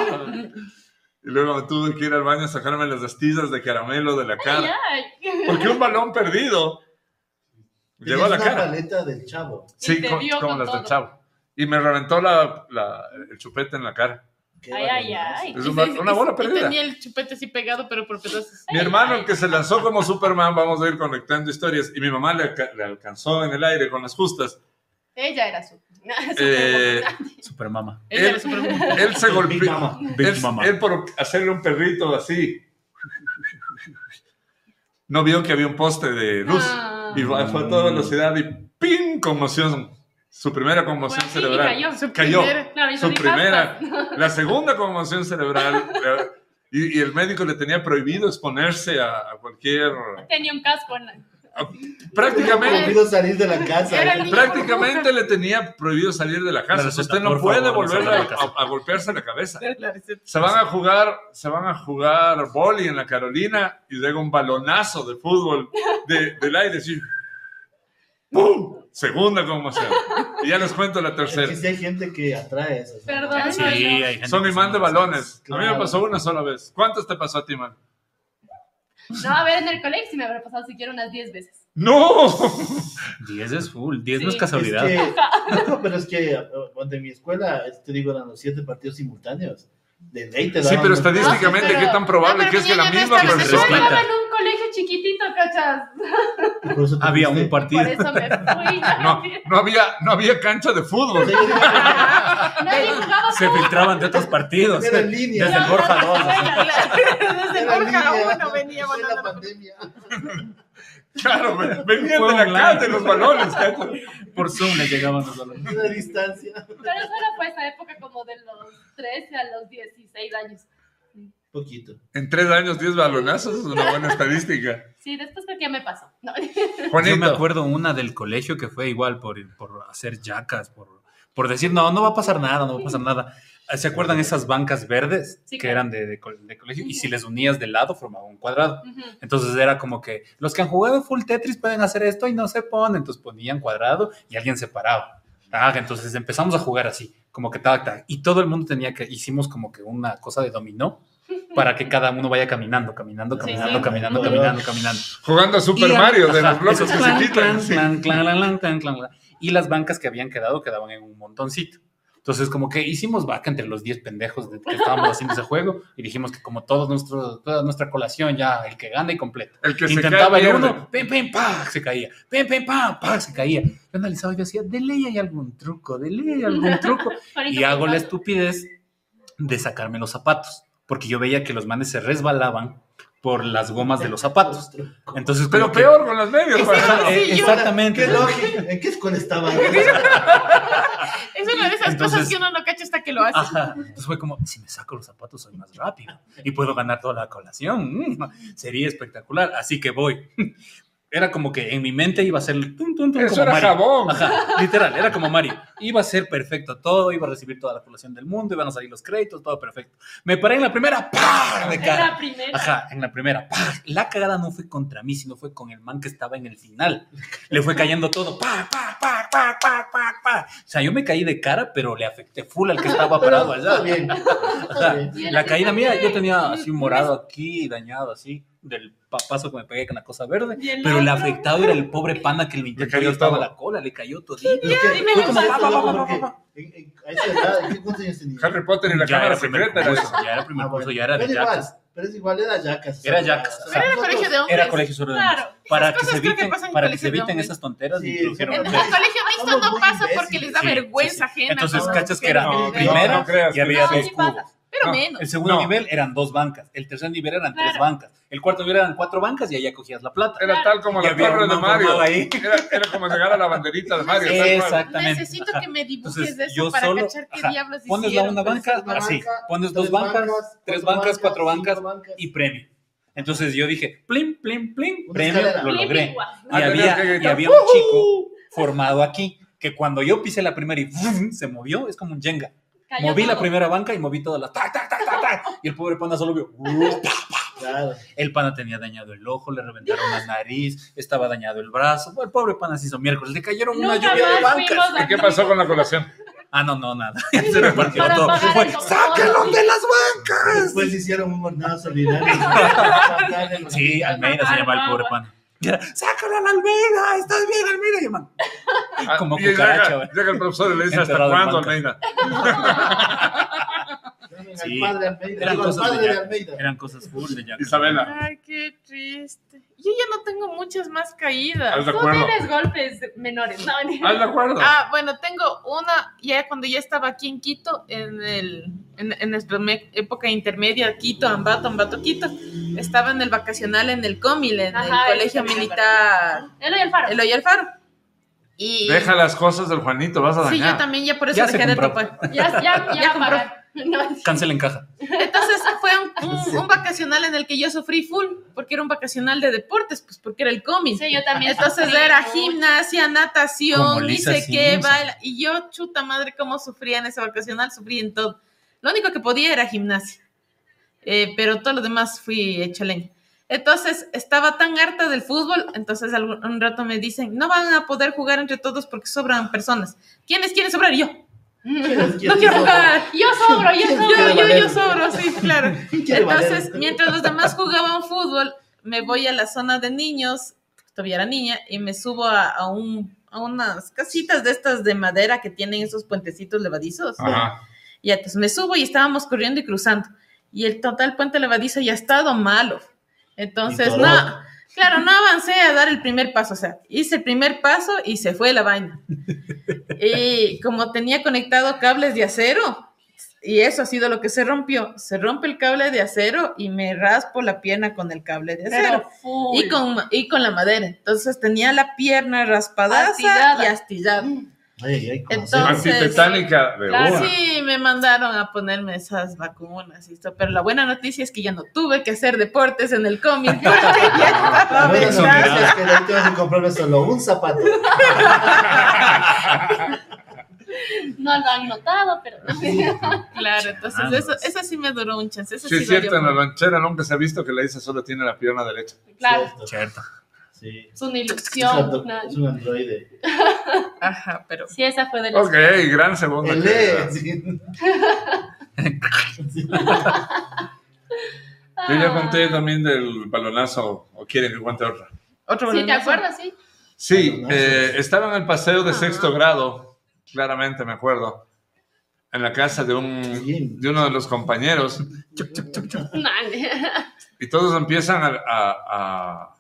S3: Y luego me tuve que ir al baño a sacarme las astillas de caramelo de la cara.
S1: Ay,
S3: Porque un balón perdido llegó a
S5: Tenías
S3: la
S5: una
S3: cara.
S5: paleta del chavo.
S1: Y
S3: Sí,
S1: te
S3: co-
S1: vio
S3: como
S1: con
S3: las del
S1: todo.
S3: chavo. Y me reventó la, la- el chupete en la cara.
S5: Qué
S1: Ay, ay,
S5: barbaridad.
S1: ay.
S3: Es
S2: Y
S3: un ba-
S2: se-
S3: una
S2: y-
S3: bola
S2: y
S3: perdida.
S2: Tenía el chupete así pegado, pero por pedazos.
S4: Eh,
S3: Mi hermano, el que se lanzó como Superman, vamos a ir conectando historias. Y mi mamá le, alca- le alcanzó en el aire con las justas.
S1: Ella era su.
S3: Eh,
S4: Supermama.
S2: Ella
S3: Él-
S2: era súper buena.
S3: él se
S5: Big
S3: golpeó.
S5: Mama.
S4: Big
S3: Él,
S4: Mama.
S3: él por hacerle un perrito así. No vio que había un poste de luz.
S1: Ah.
S3: Y fue fue a toda velocidad y ¡ping! Conmoción. Su primera conmoción
S1: Pues sí,
S3: cerebral.
S1: cayó.
S2: Su
S3: Cayó.
S2: primera.
S1: Claro, hizo
S3: su
S1: mi
S3: primera,
S1: pasta.
S3: la segunda conmoción cerebral. eh, Y, y el médico le tenía prohibido exponerse a, a cualquier.
S1: Tenía un casco. En la...
S3: a-
S5: Como
S3: prácticamente
S5: quiero salir de la casa.
S2: Era el niño
S3: prácticamente le tenía prohibido salir de la
S4: La
S3: casa.
S4: receta,
S3: Usted no
S4: por
S3: puede
S4: favor,
S3: volver
S4: no salga
S3: a,
S4: de casa.
S3: a- a golpearse la cabeza.
S2: Era la receta.
S3: Se van a jugar, se van a jugar boli en la Carolina y llega un balonazo de fútbol de- del aire. así, ¡Pum! Segunda conmoción. Y ya les cuento la tercera.
S5: Porque sí hay gente que atrae eso.
S1: Perdón.
S4: Sí,
S1: no.
S4: hay gente
S3: Son
S4: que
S3: imán de balones. A mí me
S5: Claro.
S3: pasó una sola vez. ¿Cuántas te pasó a ti, man?
S1: No, a ver, en el colegio sí me habrá pasado siquiera unas 10 veces.
S3: Ah, ¡No!
S4: 10 es full. 10 no es
S1: Sí.
S5: Es
S4: casualidad.
S5: que, no, pero es que de mi escuela, es- te digo, eran los siete partidos simultáneos. De ley te
S3: Sí,
S5: daban
S3: pero
S5: los-
S3: estadísticamente,
S2: pero-
S3: ¿qué tan probable
S2: Ah, pero
S3: que es que la
S2: niña, no
S3: misma
S2: estaba-
S4: Pero
S1: Yo
S3: persona?
S4: respeta.
S1: estaba en un colegio chiquitito, cachas.
S5: Por eso te
S4: Había
S5: fuiste.
S4: un partido.
S1: Por eso me fui.
S3: No,
S1: No,
S3: no había, no había cancha de fútbol.
S1: Nadie jugaba
S4: Se filtraban de otros partidos.
S5: Era en línea.
S4: Desde el
S5: Era
S4: Borja 2. así.
S2: Desde
S5: Era
S2: Borja
S5: línea.
S2: uno venía
S5: Fue la
S2: mandando-
S5: pandemia.
S3: Claro, ve- venían
S4: Fue
S3: de la
S4: online.
S3: calle los balones. cacho.
S4: Por Zoom le llegaban los balones.
S5: Una distancia.
S1: Pero solo fue esa época como de los 13 a los 16 años.
S5: Poquito.
S3: En tres años, diez balonazos es una buena estadística.
S1: Sí, después creo que ya me pasó. No.
S3: Juanito,
S4: Yo me acuerdo una del colegio que fue igual por, por hacer yacas, por, por decir, no, no va a pasar nada, no va a pasar nada. ¿Se acuerdan esas bancas verdes
S1: Sí,
S4: que
S1: claro.
S4: eran de, de co- de colegio? Y
S1: Ujú.
S4: si les unías de lado, formaba un cuadrado.
S1: Ujú.
S4: Entonces era como que los que han jugado full Tetris pueden hacer esto y no se ponen. Entonces ponían cuadrado y alguien se paraba. Ah, entonces empezamos a jugar así, como que tac, tac. Y todo el mundo tenía que, hicimos como que una cosa de dominó. para que cada uno vaya caminando, caminando,
S1: Sí,
S4: caminando,
S1: sí.
S4: caminando,
S5: Ajá.
S4: caminando, caminando.
S3: Jugando a Super
S4: Y la-
S3: Mario de
S4: ajá,
S3: los bloques
S4: esos
S3: que se
S4: clan,
S3: quitan.
S4: clan,
S3: sí.
S4: clan, clan, clan, clan, clan, clan, clan. Y las bancas que habían quedado quedaban en un montoncito. Entonces, como que hicimos vaca entre los 10 pendejos de- que estábamos haciendo ese juego y dijimos que como todo nuestro, toda nuestra colación ya, el que gana y completa.
S3: El que se
S4: Intentaba
S3: cae
S4: el
S3: pierde.
S4: uno, pim, pim, pa, se caía. Pim, pim, pa, pa, se caía. Yo analizaba y yo decía, de ley hay algún truco, de ley hay algún truco y hago la estupidez de sacarme los zapatos, porque yo veía que los manes se resbalaban por las gomas de los zapatos. Entonces,
S3: Pero
S4: como que-
S3: peor con las medias.
S4: Ese-
S3: para-
S4: eh,
S2: Sí, yo-
S4: exactamente.
S5: ¿Qué lógica? ¿En qué escuela estaba?
S2: Es una de esas
S4: Entonces- ah,
S2: cosas que uno no cacha hasta que lo hace.
S4: Ajá. Entonces fue como, si me saco los zapatos soy más rápido y puedo ganar toda la colación. Mm, sería espectacular, así que voy. Era como que en mi mente iba a ser tum, tum, tum,
S3: Eso
S4: como
S3: era
S4: Mario.
S3: jabón.
S4: Ajá, literal, era como Mario. Iba a ser perfecto todo, iba a recibir toda la colación del mundo, iban a salir los créditos, todo perfecto. Me paré en la primera, ¡pah! de cara.
S1: la primera.
S4: Ajá, en la primera. ¡pah! La cagada no fue contra mí, sino fue con el man que estaba en el final. Le fue cayendo todo. ¡pah, pah, pah, pah, pah, pah, pah! O sea, yo me caí de cara, pero le afecté full al que estaba parado
S5: Pero está
S4: allá.
S5: bien.
S4: Ajá,
S5: Está bien.
S1: bien.
S4: La caída mía, yo tenía así un morado aquí, dañado así, del papazo que me pegué con la cosa verde.
S1: Y el
S4: Pero el
S1: otro.
S4: afectado era el pobre pana que lo intentó y
S3: cayó
S4: estaba
S3: todo.
S4: la cola, le cayó todito.
S5: Es que-
S2: dime
S5: fue
S2: la
S5: como,
S2: verdad.
S5: pa, pa, pa, pa, pa, pa. En- en- A esa edad, ¿qué- ¿cuántos años tenía?
S3: Harry Potter y la
S4: Ya
S3: cámara
S4: era primer
S3: secreta. era
S4: curso,
S3: eso.
S4: ya era primer
S5: Ah, bueno.
S4: curso, ya era de
S5: Pero igual,
S4: yacas.
S5: pero es igual, era yacas.
S4: Era yacas,
S5: O sea,
S4: ajá.
S2: Era
S5: nosotros-
S2: colegio de hombres.
S4: Era colegio solo de
S2: Claro,
S4: hombres. Para
S2: esas
S4: que se
S2: cosas creo que
S4: eviten,
S2: pasan en
S4: para que
S2: colegio
S4: se
S2: de
S4: eviten
S2: hombres.
S4: esas tonteras,
S5: Sí,
S4: introdujeron
S5: sí.
S2: En el
S4: hombres.
S2: colegio mixto
S5: Ah, Somos
S2: no
S5: muy
S2: pasa porque les da
S4: Sí, sí, sí.
S2: vergüenza ajena.
S4: Entonces,
S2: ¿no?
S4: cachas que era
S3: No,
S5: eh,
S4: primera
S3: no creas
S4: y
S3: que
S4: había
S3: eso.
S4: dos
S1: sí
S4: cubos.
S1: pasa.
S2: Pero
S3: No,
S2: menos.
S4: El segundo
S3: No.
S4: nivel eran dos bancas. El tercer nivel eran tres
S1: Claro.
S4: bancas. El cuarto nivel eran cuatro bancas y allá cogías la plata.
S3: Era tal como
S4: Y
S3: la
S4: había
S3: torre
S4: una
S3: de Mario.
S4: formada ahí.
S3: Era, era como llegar a la banderita de Mario. tal cual.
S4: Exactamente.
S2: Necesito
S4: Ajá.
S2: que me dibujes
S4: Entonces,
S2: de
S4: yo
S2: eso para
S4: solo-
S2: cachar qué
S4: ajá.
S2: diablos
S4: Pones la
S2: hicieron.
S4: una banca,
S5: Una
S4: así.
S5: banca,
S4: Pones
S5: tres
S4: dos bancas, tres bancas, cuatro bancas
S5: cinco
S4: y premio. Entonces yo dije, plim, plim, plim,
S5: Una
S4: premio,
S5: escalera.
S4: lo
S1: Plim,
S4: logré.
S1: plim, guau.
S3: Ah,
S4: Y
S3: tenías que
S4: había, y
S3: gritar,
S4: había un chico formado aquí que cuando yo pisé la primera y ¡vum! se movió, es como un Jenga.
S1: Cayó
S4: Moví la
S1: todo.
S4: primera banca y moví todas las tac, tac, tac, tac, tac. Y el pobre pana solo vio. ¡uh!
S5: Claro.
S4: El pana tenía dañado el ojo, le reventaron la nariz, estaba dañado el brazo. El pobre pana se hizo miércoles, le cayeron una
S1: Nunca
S4: lluvia de
S1: más
S4: bancas.
S1: fuimos
S3: ¿Y qué pasó con la colación?
S4: Ah, no, no, nada. Se repartió
S1: Para
S4: todo.
S1: pagar
S4: Fue,
S1: el doctor.
S4: ¡Sáquenlo de las
S5: Después
S4: bancas!
S5: hicieron un jornada solidaria. Para darle los-
S4: Sí, Almeida se llama el pobre pana. Y era, ¡Sácalo a la Almeida! ¡Estás bien, Almeida! Y el man,
S3: Ah,
S4: Como
S3: y llega,
S4: cucaracha.
S3: llega el profesor y le dice, ¿hasta
S4: Enterrado en
S3: cuándo,
S4: bancas.
S3: Almeida?
S5: Llamen
S4: Sí.
S5: Al padre Almeida.
S4: Eran
S5: Digo, al
S4: cosas de
S5: padre de
S4: ya-
S5: Almeida.
S4: Eran cosas full de ya.
S3: Isabela,
S2: Ay, qué triste. Yo ya no tengo muchas más caídas.
S3: haz de
S1: Tú
S3: acuerdo.
S1: tienes golpes menores. No, ni-
S3: Haz de acuerdo.
S2: Ah, bueno, tengo una, ya cuando ya estaba aquí en Quito, en, el, en, en nuestra me- época intermedia, Quito, Ambato, Ambato, Quito, estaba en el vacacional en el Comil, en
S1: Ajá,
S2: el Colegio
S1: el Comil,
S2: Militar
S1: Eloy Alfaro.
S2: Eloy Alfaro. Y,
S3: Deja las cosas del Juanito, vas a dañar.
S2: sí, yo también ya por eso
S4: Ya se
S2: dejé de
S4: compró.
S2: topar.
S1: Ya, ya, ya,
S2: Ya
S1: va a pagar. No,
S4: Cancel en caja.
S2: Entonces fue un, un- un vacacional en el que yo sufrí full, porque era un vacacional de deportes, pues porque era el Comil.
S1: sí, yo también.
S2: Entonces
S1: sufrí
S2: era
S1: mucho.
S2: gimnasia,
S4: Como
S2: natación, ni
S4: Lisa
S2: sé qué,
S4: Simpson.
S2: baila. Y yo, chuta madre, cómo sufría en esa vacacional, sufrí en todo. Lo único que podía era gimnasia. Eh, pero todo lo demás fui hecha leña. Entonces estaba tan harta del fútbol, entonces algún- un rato me dicen, no van a poder jugar entre todos porque sobran personas. ¿Quiénes quieren sobrar? Y Yo. No quiero jugar.
S1: Yo sobro, yo
S2: Yo,
S5: ¿Quién
S1: sobro.
S5: quiere
S2: yo,
S5: valer?
S2: yo sobro, sí, claro.
S5: ¿Quién quiere valer?
S2: Entonces, mientras los demás jugaban fútbol, me voy a la zona de niños, todavía era niña, y me subo a, a un- a unas casitas de estas de madera que tienen esos puentecitos levadizos.
S3: Ajá.
S2: Y entonces me subo y estábamos corriendo y cruzando. Y el total puente levadizo ya ha estado malo. Entonces, no,
S5: Y dolor.
S2: claro, no avancé a dar el primer paso. O sea, hice el primer paso y se fue la vaina. Y como tenía conectado cables de acero, y eso ha sido lo que se rompió, se rompe el cable de acero y me raspo la pierna con el cable de acero.
S1: Pero full.
S2: Y con, y con la madera. Entonces tenía la pierna raspadaza
S1: Astillada.
S2: y astillada.
S5: Ay, ay, con
S2: Entonces-
S5: acero.
S3: Antitetánica de
S1: Claro,
S3: una.
S2: Ah, Sí, me mandaron a ponerme esas vacunas y esto, pero la buena noticia es que ya no tuve que hacer deportes en el cómic porque ya
S5: La
S2: estaba
S5: buena
S2: besada.
S5: noticia es que de ahí tengo que comprarme solo un zapato.
S1: No lo han notado, pero.
S2: Claro, entonces eso, eso sí me duró un chance. Eso
S3: Sí,
S2: sí
S3: es cierto, en la
S2: dolió.
S3: lonchera nunca se ha visto que la Isa solo tiene la pierna derecha.
S1: Claro,
S5: Cierto.
S4: Cierto.
S5: Sí.
S1: es una
S5: Es un
S1: ilusión.
S5: andro- es un androide.
S2: Ajá, pero
S1: Sí, esa fue de las.
S3: Ok, gran segunda.
S5: El
S3: caída.
S5: E, sí.
S3: Yo
S1: Ah.
S3: ya conté también del balonazo, o quieren que cuente otra.
S2: Otro
S1: Sí, ¿te
S2: balonazo.
S1: acuerdas? Sí.
S3: Sí,
S5: Balonazos.
S3: eh, estaba en el paseo de
S1: Ah.
S3: sexto grado, claramente me acuerdo, en la casa de, un,
S5: Bien.
S3: de uno de los compañeros, y todos empiezan a... a- a-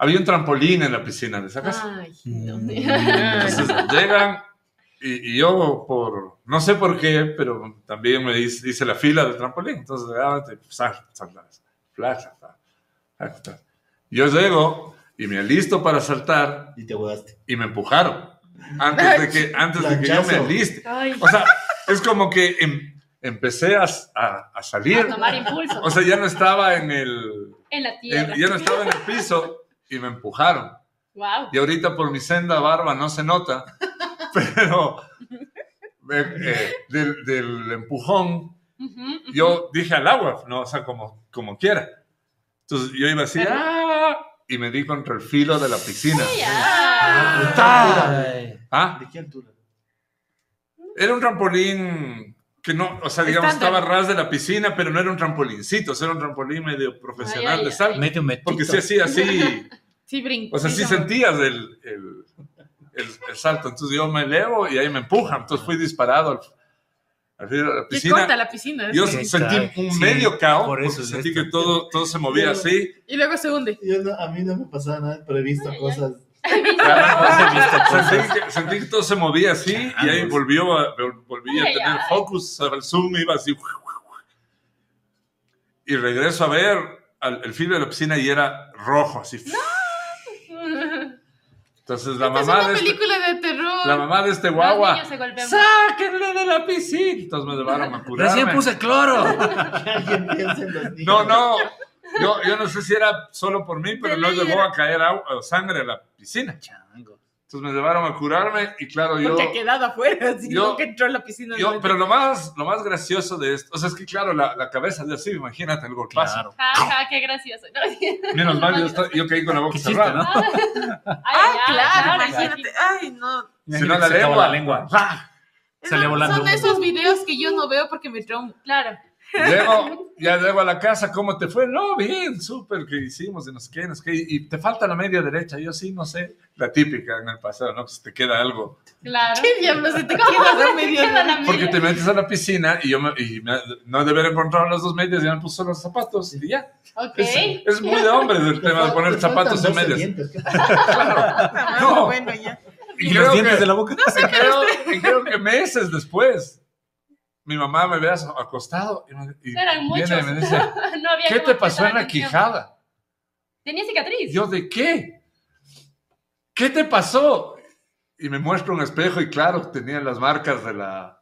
S3: Había un trampolín en la piscina de esa casa.
S1: Ay,
S5: E,
S3: Entonces llegan y, y yo, por no sé por qué, pero también me hice, hice la fila del trampolín. Entonces, ah, te- sal, sal, sal, sal, sal, sal, sal, sal. Yo llego y me alisto para saltar
S5: Y te bodaste.
S3: y me empujaron antes de que, antes de que yo me
S5: Planchazo.
S3: aliste.
S1: ay.
S3: O sea, es como que em- empecé a, a- a salir.
S1: A tomar impulso.
S3: O sea, ya no estaba en el
S1: en la
S3: en-
S1: tierra.
S3: ya no estaba en el piso y me empujaron.
S1: Wow.
S3: Y ahorita por mi senda barba no se nota, pero eh, eh, del, del empujón yo dije al agua, no, o sea, como, como quiera. Entonces yo iba así, "Ah", y me di contra el filo de la piscina.
S5: ¿De qué
S3: Ah.
S5: altura?
S3: ¿Ah?
S5: ¿De qué altura?
S3: Era un trampolín que no, o sea, digamos,
S2: Estándar.
S3: estaba ras de la piscina, pero no era un trampolincito, o sea, era un trampolín medio profesional
S1: Ay, ay,
S3: de sal.
S1: ay.
S4: Mete un metito.
S3: Porque sí hacía así,
S2: Sí, brinco.
S3: o sea, sí sentías el, el- el- el salto. Entonces yo me elevo y ahí me empujan. Entonces fui disparado al, al filo de
S2: Y
S3: la
S2: corta
S3: piscina.
S2: la piscina.
S3: Yo
S2: sí.
S4: Sí,
S3: sentí
S4: claro.
S3: un
S4: Sí,
S3: medio caos,
S4: por eso
S3: porque
S4: es
S3: sentí
S4: esto.
S3: que todo, todo se movía así.
S2: Y luego se hunde.
S5: Yo no- a mí no me pasaba nada imprevisto,
S1: Ay, ay.
S5: cosas.
S3: Sentí que, sentí que todo se movía así y
S4: pues.
S3: ahí volvió a, vol- volví a
S1: Ay,
S3: tener
S1: ay.
S3: focus sobre el zoom, iba así. Y regreso a ver al, el filo de la piscina y era rojo, así. Entonces la
S2: Esta es
S3: mamá,
S2: una
S3: de este,
S2: película de terror.
S3: la mamá de este
S1: Los
S3: guagua,
S1: niños se golpean.
S3: sáquenle de la piscina. Entonces me llevaron a
S4: Recién
S3: curarme.
S4: puse cloro.
S5: Que alguien piense en los niños.
S3: No, no, yo, yo no sé si era solo por mí, pero
S2: De
S3: no
S2: ley
S3: llegó
S2: era-
S3: a caer agua- sangre a la piscina.
S4: Chango.
S3: Entonces me llevaron a curarme y claro, yo...
S2: Porque ha quedado afuera, así
S3: yo-
S2: que entró en la piscina.
S3: Yo,
S2: no-
S3: pero lo más, lo más gracioso de esto, o sea, es que claro, la, la cabeza de así, imagínate el golpazo.
S4: Claro.
S1: Ja, ja, qué gracioso. Ay,
S3: Menos mal, yo, esta- yo caí con la boca
S4: Qué chiste,
S3: cerrada.
S4: ¿no?
S2: Ah,
S1: ya,
S2: claro,
S1: claro,
S2: imagínate. Ay, no.
S3: Si no, la
S4: Se acabó
S3: lengua.
S4: la lengua.
S3: ¡Ah!
S4: Salió
S2: Son-
S4: volando
S2: Son
S4: un-
S2: de esos videos que yo no veo porque me traumo.
S1: Claro.
S3: Llego, ya llego a la casa, ¿cómo te fue? No, bien, súper, que hicimos? Y no sé qué, no sé qué. Y te falta la media derecha, yo sí, no sé. La típica en el pasado, ¿no? Que se te queda algo.
S1: Claro.
S2: ¿Qué diablos se te
S1: ¿Cómo
S2: queda
S1: se
S2: la
S1: te
S2: media
S1: queda la
S2: luna?
S1: media?
S3: Porque te metes a la piscina y yo me- y me- no deber encontrar las dos medias, ya me puso los zapatos y ya.
S1: Ok.
S3: Es, es muy de hombres el tema de poner
S5: Te faltan
S3: zapatos en
S5: doce
S3: medias.
S5: dientes, ¿qué?
S2: Ah,
S3: No.
S2: Bueno, ya.
S4: Y
S3: creo
S4: los dientes
S3: que-
S4: de la boca.
S3: Y creo, y creo que meses después, mi mamá me ve as- acostado y, me, y
S1: Eran
S3: viene y
S1: muchos.
S3: me dice,
S1: No había
S3: ¿qué
S1: como
S3: te pasó
S1: prestar
S3: en la
S1: atención.
S3: quijada?
S1: Tenía cicatriz.
S3: Yo, ¿de qué? ¿Qué te pasó? Y me muestra un espejo y claro, tenía las marcas de la...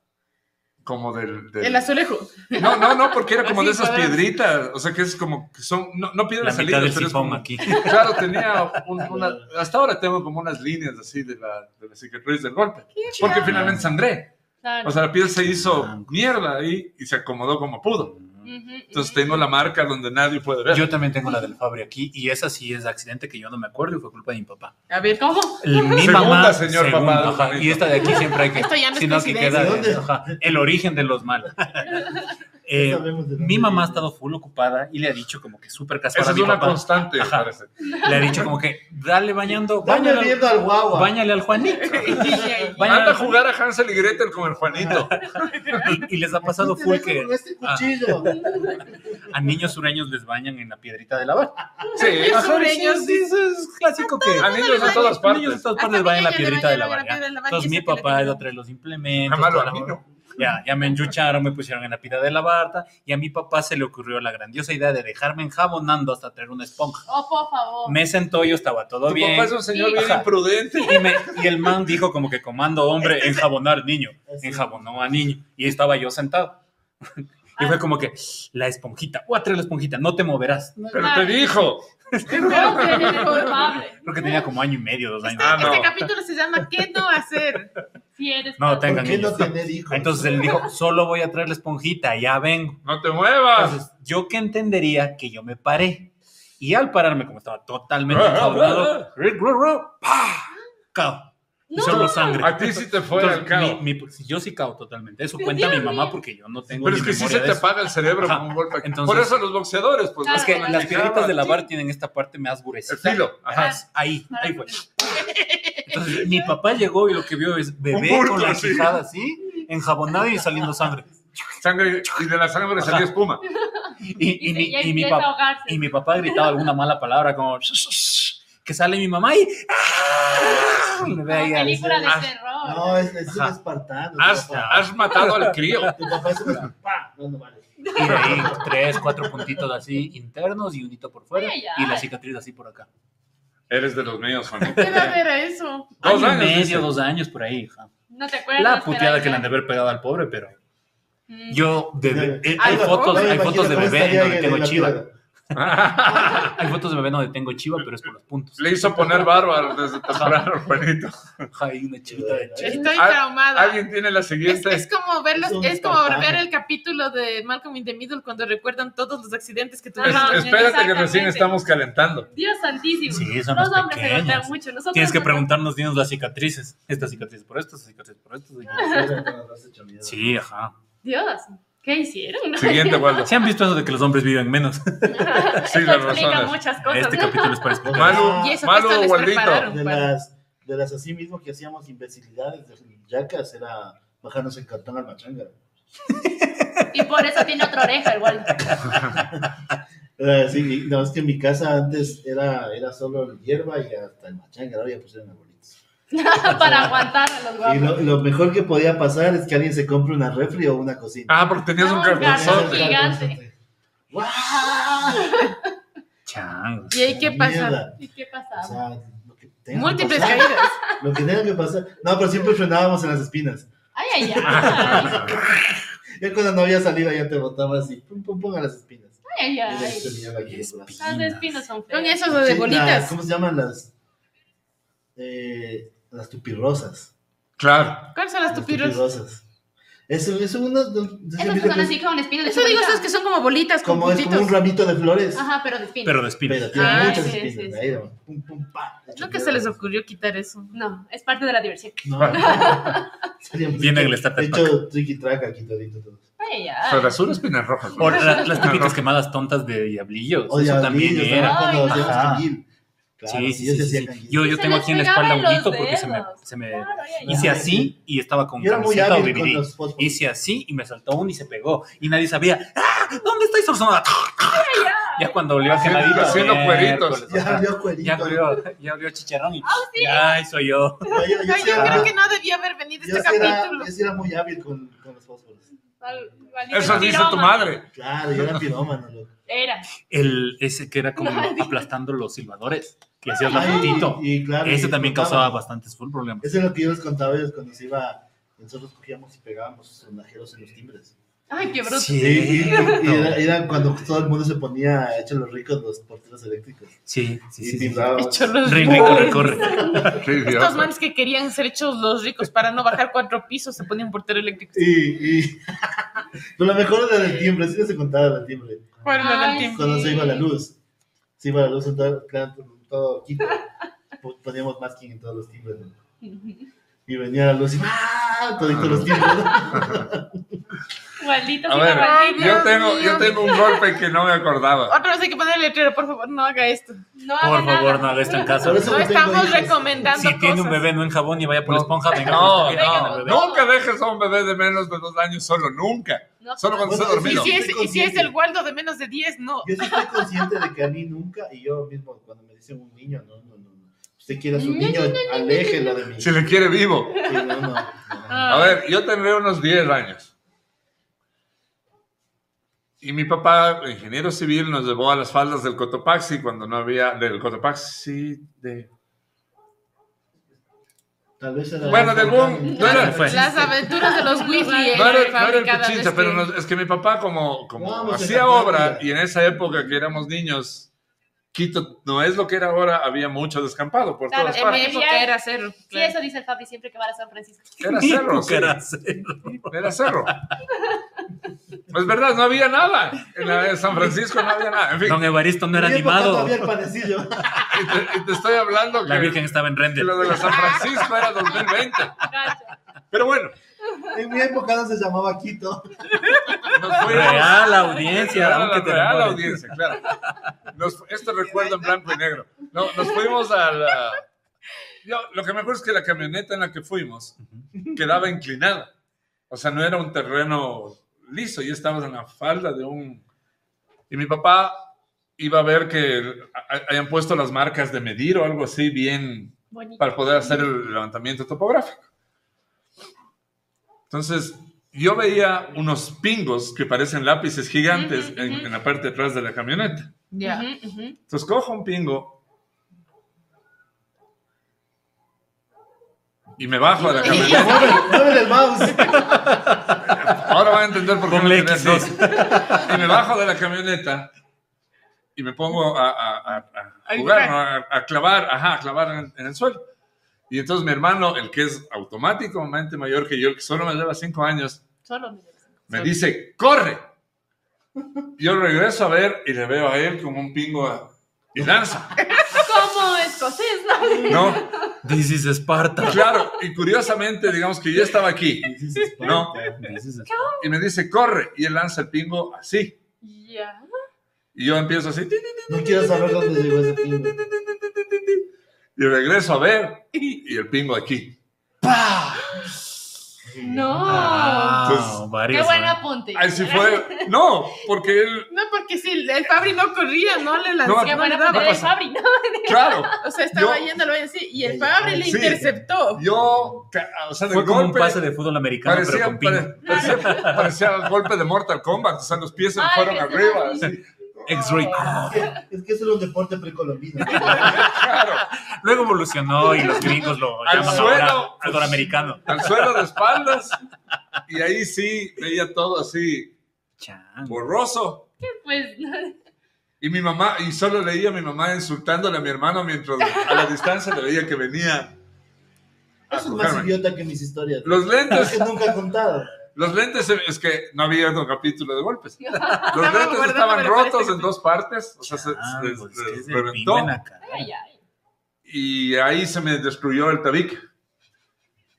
S3: Como del... del-
S2: El azulejo.
S3: No, no, no, porque era como
S2: Así,
S3: de esas
S2: cuadradas.
S3: piedritas, o sea que es como que son, no, no
S4: La
S3: piedras
S4: mitad
S3: salidas,
S4: del
S3: pero es
S4: sifón
S3: como-
S4: aquí.
S3: Claro, tenía un- una, hasta ahora tengo como unas líneas así de la, de la cicatriz del golpe, porque
S2: chido.
S3: finalmente sangré.
S1: Claro.
S3: O sea, la piel se hizo
S4: Blanco.
S3: mierda ahí y se acomodó como pudo.
S1: Ujú,
S3: Entonces
S1: ujú.
S3: tengo la marca donde nadie puede ver.
S4: Yo también tengo la del Fabri aquí y esa sí es accidente que yo no me acuerdo y fue culpa de mi papá.
S2: A ver, ¿cómo?
S4: El- Mi
S3: Segunda,
S4: mamá,
S3: señor
S4: segunda,
S3: papá,
S4: ajá,
S3: bonito.
S4: y esta de aquí siempre hay que,
S2: Esto ya no es
S4: sino que
S2: coincidencia.
S4: queda
S5: ¿De dónde?
S4: ajá, el origen de los males. Eh,
S5: Ya sabemos de dónde
S4: mi mamá ha
S5: viene.
S4: estado full ocupada y le ha dicho como que súper
S3: Esa
S4: caspada a
S3: es
S4: mi
S3: una
S4: papá.
S3: constante,
S4: Ajá.
S3: parece.
S4: Le ha dicho como que dale bañando,
S5: Dame
S4: bañale, al-
S5: viendo al guagua.
S4: bañale al Juanito. Bañale
S3: Manda a
S4: al Juanito.
S3: jugar a Hansel y Gretel con el Juanito.
S4: Y, y les ha pasado
S5: Te
S4: full
S5: dejo
S4: que Ah,
S5: Con este cuchillo.
S4: a niños sureños les bañan en la piedrita de lavar.
S3: Sí.
S2: Los
S4: Ajá,
S2: sureños,
S4: sí, sí, es clásico que
S3: A niños de
S2: bañan,
S3: todas
S4: Los niños
S3: partes.
S4: de todas
S2: Hasta
S4: partes van en la
S2: niños le
S4: piedrita de la
S2: bañan en la
S4: baña.
S2: piedra de la baña,
S4: Entonces
S2: y
S4: mi
S2: se te
S4: papá
S2: le-
S4: iba a traer los implementos.
S3: Amalo
S4: toda
S3: a
S4: la
S3: mí,
S4: hora.
S3: ¿no?
S4: Ya, ya me enchucharon, me pusieron en la pira de la barda y a mi papá se le ocurrió la grandiosa idea de dejarme enjabonando hasta traer una esponja.
S1: Oh, por favor.
S4: Me sentó, yo estaba todo
S3: Tu
S4: bien.
S3: papá es un señor
S1: Sí.
S3: bien
S4: Ajá.
S3: imprudente.
S4: Y, me- y el man dijo como que comando
S3: Este
S4: hombre, enjabonar niño,
S5: Así.
S4: enjabonó a niño. Y estaba yo sentado. Y
S3: Ah.
S4: fue como que, la esponjita, voy a traer la esponjita, no te moverás.
S3: Pero te dijo.
S2: Creo que
S1: Eres
S2: no.
S1: culpable.
S4: Creo que tenía como año y medio, dos años.
S3: Ah, no.
S2: Este capítulo se llama ¿Qué no hacer?
S1: Si eres
S4: No,
S5: ¿Por
S4: tengan
S5: qué no
S4: niños.
S5: tener hijos?
S4: Entonces él dijo, solo voy a traer la esponjita, ya vengo.
S3: No te muevas.
S4: Entonces, yo que entendería que yo me paré.
S3: Ah,
S4: Y al pararme, como estaba totalmente enjaulado, ¡pa! Cao. y solo sangre.
S3: A ti sí te fue
S4: Entonces,
S3: al cabo.
S4: mi- mi- yo sí cao totalmente. Eso
S1: Pero
S4: cuenta mi
S1: Dios
S4: mamá
S1: mío.
S4: porque yo no tengo
S3: Pero es
S4: ni
S3: que sí
S4: memoria
S3: se
S4: de
S3: te
S4: eso.
S3: apaga el cerebro
S4: Ajá.
S3: con un golpe.
S4: Entonces-
S3: Por eso los boxeadores, pues.
S1: Claro,
S3: los
S4: Es que
S1: Ajá.
S4: las piedritas de
S3: manejaban.
S4: lavar tienen esta parte más gruesa.
S3: El filo,
S1: Ah,
S3: ajá.
S4: Ahí,
S1: Para-
S4: ahí fue. Entonces, mi papá llegó y lo que vio es bebé
S3: Un bulto
S4: con la
S3: así.
S4: quijada así, enjabonada y saliendo sangre.
S3: Sangre, y de la sangre salía espuma.
S4: Y, y mi,
S1: ya
S4: y mi
S1: empieza
S4: papá.
S1: a ahogarse.
S4: Y mi papá gritaba alguna mala palabra como "Shh, shh, shh", que sale mi mamá y ¡ah! le ve
S1: Como
S4: ahí a
S1: película de
S3: Ah,
S1: terror.
S5: No, es, es un
S4: Ajá.
S5: espartano. tu
S3: Has,
S5: papá.
S3: has matado al crío.
S5: Tu papá es un ¡Pah! No, no vale.
S4: y de ahí tres, cuatro puntitos así internos y un hito por fuera
S1: Ay, ay.
S4: y la cicatriz así por acá.
S3: Eres de los míos, Juan.
S2: ¿Qué edad era eso?
S3: Dos
S4: Año y
S3: años, dice.
S4: medio, dos años por ahí. hija.
S1: No te acuerdas.
S4: La puteada
S1: pero
S4: que le han de
S1: ya.
S4: haber pegado al pobre, pero
S1: Mm.
S4: yo de be- eh,
S5: Ah,
S4: hay
S2: Ay, no,
S4: fotos,
S2: no me
S4: hay fotos de bebé en donde tengo chiva. Hay fotos de bebé en donde tengo chiva, pero es por los puntos.
S3: Le hizo poner bárbaro desde temprano, Juanito.
S4: Ajá, y una chivita de
S5: Sí.
S4: chile.
S2: Estoy
S3: Ah,
S2: traumada.
S3: Alguien tiene la
S2: Es,
S3: siguiente.
S2: es como ver los-
S5: Es un
S2: es como
S5: espantajo.
S2: ver el capítulo de Malcolm in the Middle cuando recuerdan todos los accidentes que tuvieron.
S1: Ajá,
S3: Es- espérate que recién
S1: exactamente.
S3: estamos calentando.
S1: Dios santísimo.
S4: Sí, son
S1: Los
S4: los
S1: hombres se golpean
S4: pequeños.
S1: mucho. Nosotros
S4: Tienes que
S1: nos-
S4: preguntarnos, dinos las cicatrices. Esta cicatriz por esto, esta cicatriz por esto. esta cicatriz- Sí, ajá.
S1: Dios, ¿qué hicieron? No?
S3: Siguiente, Waldo.
S4: ¿Se han visto eso de que los hombres viven menos?
S3: Sí,
S1: Esto
S3: las
S1: explica
S3: razones.
S1: muchas cosas.
S4: Este capítulo es para explicar.
S3: Malu,
S2: Y eso que
S3: Malu
S2: esto les
S3: Waldito.
S2: prepararon.
S5: De las, de las así mismo que hacíamos imbecilidades de yacas era bajarnos el cartón al machanga.
S1: Y por eso tiene otra oreja igual.
S5: Era así, y- no, es que en mi casa antes era, era solo hierba y hasta el machanga, ahora ya pusieron arbolitos.
S1: para aguantar a los
S5: Y lo,
S1: guapos.
S5: lo mejor que podía pasar es que alguien se compre una refri o una cocina.
S3: Ah, porque tenías
S1: No,
S3: un
S1: cartón.
S3: cartón.
S5: Tenías el
S1: gigante.
S5: cartonzote. ¡Guau!
S4: Changos.
S2: ¿Y ahí qué pasa?
S5: Mierda.
S1: ¿Y qué
S5: O
S1: pasaba?
S5: sea, lo que tenga que
S2: Múltiples
S5: pasar,
S2: caídas.
S5: Lo que tenga que pasar. No, pero siempre frenábamos en las espinas.
S1: Ay, ay, ay.
S5: Ya cuando no había salida ya te botaba así, pum, pum, pum, a las espinas.
S1: Ay, ay,
S5: Y de ahí
S1: ay.
S5: terminaba aquí el brazo.
S1: Los espinos son feos.
S2: Son esos de
S5: Sí, las-
S2: bolitas.
S5: ¿Cómo se llaman las? Eh, las tupirrosas.
S3: Claro.
S2: ¿Cuáles son las tupirros?
S5: tupirrosas. Eso, eso unas- no sé si
S1: Esas
S5: han
S1: que
S5: visto
S1: son
S5: que es
S1: así con espinos. de
S2: Eso digo,
S1: cebollita.
S2: esas que son como bolitas con
S5: como, es como
S2: puntitos.
S5: un ramito de flores.
S1: Ajá, pero de espinos.
S4: Pero de espinas.
S5: Pero tiene
S2: Ah,
S5: muchas
S1: sí,
S5: espinas.
S1: sí, sí.
S5: Ahí, va, pum, pum, pa.
S2: ¿No que se les ocurrió quitar eso?
S1: No, es parte de la diversión.
S5: No. Serían-
S4: Viene el Starter
S5: De hecho, triqui traca aquí todito todo.
S1: Ay, ay,
S3: Pero
S1: ay.
S3: las unas pinas rojas.
S4: O la- las típicas
S3: No.
S4: quemadas tontas de diablillos.
S5: O
S4: eso
S5: diablillos,
S4: también
S5: ¿no?
S4: era.
S5: Cuando
S1: Ay,
S5: hacíamos
S4: ajá.
S5: canguil. Claro,
S4: sí, sí,
S5: yo
S4: sí.
S5: hacía
S4: sí.
S5: canguil.
S4: Yo, yo
S1: Se
S4: tengo
S1: les
S4: aquí en la
S1: pegaba
S4: espalda
S1: en
S4: un
S1: los
S4: hito porque se me,
S1: dedos.
S4: se me-
S1: Claro, ay, ay,
S4: Hice
S1: ay.
S4: así y estaba con
S5: Yo era muy
S4: camiseta o
S5: hábil con
S4: bibirí.
S5: los fósforos.
S4: Hice así y me saltó uno y se pegó. Y nadie sabía. ¡Ah! ¿Dónde estoy Sorzona? Ya cuando olió a
S3: Haciendo-
S4: quemadito.
S3: haciendo
S4: miércoles,
S3: cueritos.
S5: Ya
S4: ajá.
S5: abrió cuerito.
S4: Ya abrió, ya abrió chicharrón
S1: Oh,
S4: y ay, soy yo.
S5: No, yo,
S2: Ay,
S5: sí
S2: yo
S5: era-
S2: creo que no debió haber venido
S5: yo
S2: este
S5: sí era-
S2: capítulo.
S5: yo sí era muy hábil con, con los fósforos.
S1: Val- valiente
S3: Eso dice tu
S1: piroma.
S3: madre.
S5: Claro, yo era pirómano, loco.
S1: Era.
S4: El ese que era como
S1: No, sí.
S4: aplastando los silbadores que hacías la
S5: Ay,
S4: fotito.
S5: y claro,
S4: Ese
S5: y
S4: también
S5: contaba.
S4: causaba bastantes full problemas.
S5: Eso es lo que yo les contaba ellos cuando se iba. Nosotros cogíamos y pegábamos sondajeros en los timbres.
S1: Ay, qué bruto.
S5: Sí,
S4: Sí,
S5: y- y era, era cuando todo el mundo se ponía hecho los ricos los porteros eléctricos.
S4: sí, sí,
S5: y
S4: sí. sí.
S5: timbraban.
S2: Hechos los
S4: Rin, rin, corre, corre.
S3: Qué
S2: Estos
S3: idiota.
S2: manes que querían ser hechos los ricos para no bajar cuatro pisos se ponían portero eléctrico.
S5: Y, y... Pero lo mejor era del timbre, sí les he contado del timbre.
S2: ¿Cuál era el
S1: Ay,
S2: tiempo?
S5: Cuando
S1: Sí.
S5: se iba la luz. Se iba la luz en todo, claro, todo Quito. Po- Poníamos masking en todos los timbres. ¿no? Y venía la luz y ¡ah! Toditos los timbres.
S1: Igualito,
S3: A
S1: sí,
S3: ver,
S1: igualito.
S2: Dios
S3: Yo tengo, yo
S2: mío.
S3: tengo un golpe que no me acordaba.
S2: Otra vez hay que poner el letrero, por favor, no haga esto.
S1: No
S4: Por
S1: haga nada.
S4: favor, no haga esto en casa.
S5: Por eso
S2: No
S5: no tengo
S2: estamos
S5: hijos.
S2: recomendando
S4: Si tiene un
S2: cosas.
S4: bebé, no en jabón y vaya por la esponja, venga.
S3: No,
S4: pues, venga,
S3: no,
S4: el bebé.
S3: nunca dejes a un bebé de menos de dos años solo, nunca.
S1: No,
S3: Solo cuando está
S2: Y
S3: dormido.
S2: si, es, y si es el Waldo de menos de 10, no.
S5: Yo sí estoy consciente de que a mí nunca, y yo mismo cuando me dicen un niño, no, no, no. no. Usted quiere a su
S1: No,
S5: niño,
S1: no, no, no, Ah.
S5: aléjelo de mí.
S3: Si le quiere vivo.
S5: Sí, no, no, no.
S3: A ver, yo tendré unos 10 años. Y mi papá, ingeniero civil, nos llevó a las faldas del Cotopaxi cuando no había. Del Cotopaxi. De,
S5: Tal vez era
S3: Bueno, de boom, no era-
S4: Fue.
S2: Las aventuras de los Weasley eran
S3: no era, no era el
S2: fabricadas
S3: Pichincha,
S2: desde-
S3: pero nos- es que mi papá, como, como
S5: Vamos,
S3: hacía
S5: en la
S3: obra,
S5: playa.
S3: y en esa época que éramos niños, Quito no es lo que era ahora, había mucho descampado por
S1: Claro,
S3: todas
S1: en
S2: En mi
S3: partes.
S2: época era cero.
S1: Sí, eso dice el Fabi siempre que va a San Francisco.
S3: Era cerro, sí,
S4: Era cerro.
S3: era cerro. Es verdad, no había nada. En la de San Francisco no había nada. En fin,
S4: Don Evaristo no era
S5: En mi época
S4: animado.
S5: Todavía el panecillo.
S3: y te, y te estoy hablando que,
S4: La Virgen estaba en
S3: que
S4: render.
S3: lo de la San
S1: Ah.
S3: Francisco era 2020.
S1: Cacha.
S3: Pero bueno,
S5: En mi época no se llamaba Quito.
S3: nos fuimos.
S4: Real audiencia.
S3: Claro,
S4: aunque
S3: la
S4: te
S3: real
S4: enamores.
S3: audiencia, claro. Nos- esto recuerda en blanco y negro. No, nos fuimos a la... Yo, lo que me acuerdo es que la camioneta en la que fuimos quedaba inclinada. O sea, no era un terreno liso. Y estábamos en la falda de un... Y mi papá iba a ver que a- a- hayan puesto las marcas de medir o algo así bien
S1: Bonito.
S3: para poder hacer el levantamiento topográfico. Entonces, yo veía unos pingos que parecen lápices gigantes
S1: Ujú,
S3: en,
S1: ujú.
S3: en la parte de atrás de la camioneta.
S2: Ya.
S1: Ujú, ujú.
S3: Entonces, cojo un pingo y me bajo de la camioneta.
S5: Mueve, mueve el mouse.
S3: Ahora van a entender por qué
S4: Ponle
S3: me quedé
S4: X2.
S3: así. Y me bajo de la camioneta y me pongo a, a- a- a
S2: A jugar.
S3: jugar, ¿no? a, a clavar, ajá, a clavar en, en el suelo. Y entonces mi hermano, el que es automáticamente mayor que yo, el que solo me lleva cinco años,
S1: Solo me
S3: me
S2: Solo.
S3: dice, ¡corre! Yo regreso a ver y le veo a él como un pingo a- y lanza,
S1: ¿Cómo escocés? No?
S3: ¿no?
S4: This is Sparta.
S3: Claro, y curiosamente, digamos que yo estaba aquí No.
S4: This is-
S3: y me dice, ¡corre! Y él lanza el pingo así.
S1: Ya.
S3: Y yo empiezo así, "Ti, ti, ti,
S5: No quiero saber dónde llegó ese pingo.
S3: Y regreso a ver y el pingo aquí.
S1: No.
S3: Pues,
S4: Ah,
S1: Qué
S4: varios.
S1: buen
S4: ¿no?
S1: apunte.
S3: Así fue. No, porque él,
S2: No, porque si el Fabri no corría, no le
S3: No,
S2: lanzaba.
S1: Qué
S2: No,
S1: buen
S2: le
S1: apunte
S2: daba.
S1: pues, de Fabri, ¿no?
S3: claro,
S2: o sea, estaba
S3: Yo-
S2: yendo al baño así y el Fabri le
S3: Sí.
S2: interceptó.
S3: yo, ca- o sea, de
S4: Fue como un
S3: golpe,
S4: pase de fútbol americano, pero
S3: parecía,
S4: con pino.
S3: pare- parecía- parecía el golpe de Mortal Kombat, o sea, los pies se me
S1: Ay,
S3: fueron
S1: que se
S3: arriba.
S1: va.
S3: así.
S4: X-ray.
S5: Es que- Es que eso era un deporte precolombino.
S3: Claro,
S4: Luego evolucionó y los gringos lo
S3: Al
S4: llaman
S3: suelo.
S4: ahora fútbol americano.
S3: al suelo de espaldas. Y ahí sí veía todo así
S4: Chan.
S3: borroso.
S1: Pues no.
S3: Y mi mamá, y solo leía a mi mamá insultándole a mi hermano mientras a la distancia le veía que venía. a
S5: Eso es más
S3: cogerme.
S5: idiota que mis historias.
S3: Los lentes
S5: que nunca he contado.
S3: Los lentes, eh, es que no había otro capítulo de golpes. Los
S2: Estaba
S3: lentes
S2: guardando,
S3: estaban
S2: pero parece
S3: rotos
S2: que-
S3: en dos partes, o sea, se,
S4: Ah,
S3: se-
S4: pues,
S3: se
S4: que es el
S3: reventó
S4: pingo en la cara.
S1: Ay, ay.
S3: y ahí se me destruyó el tabique.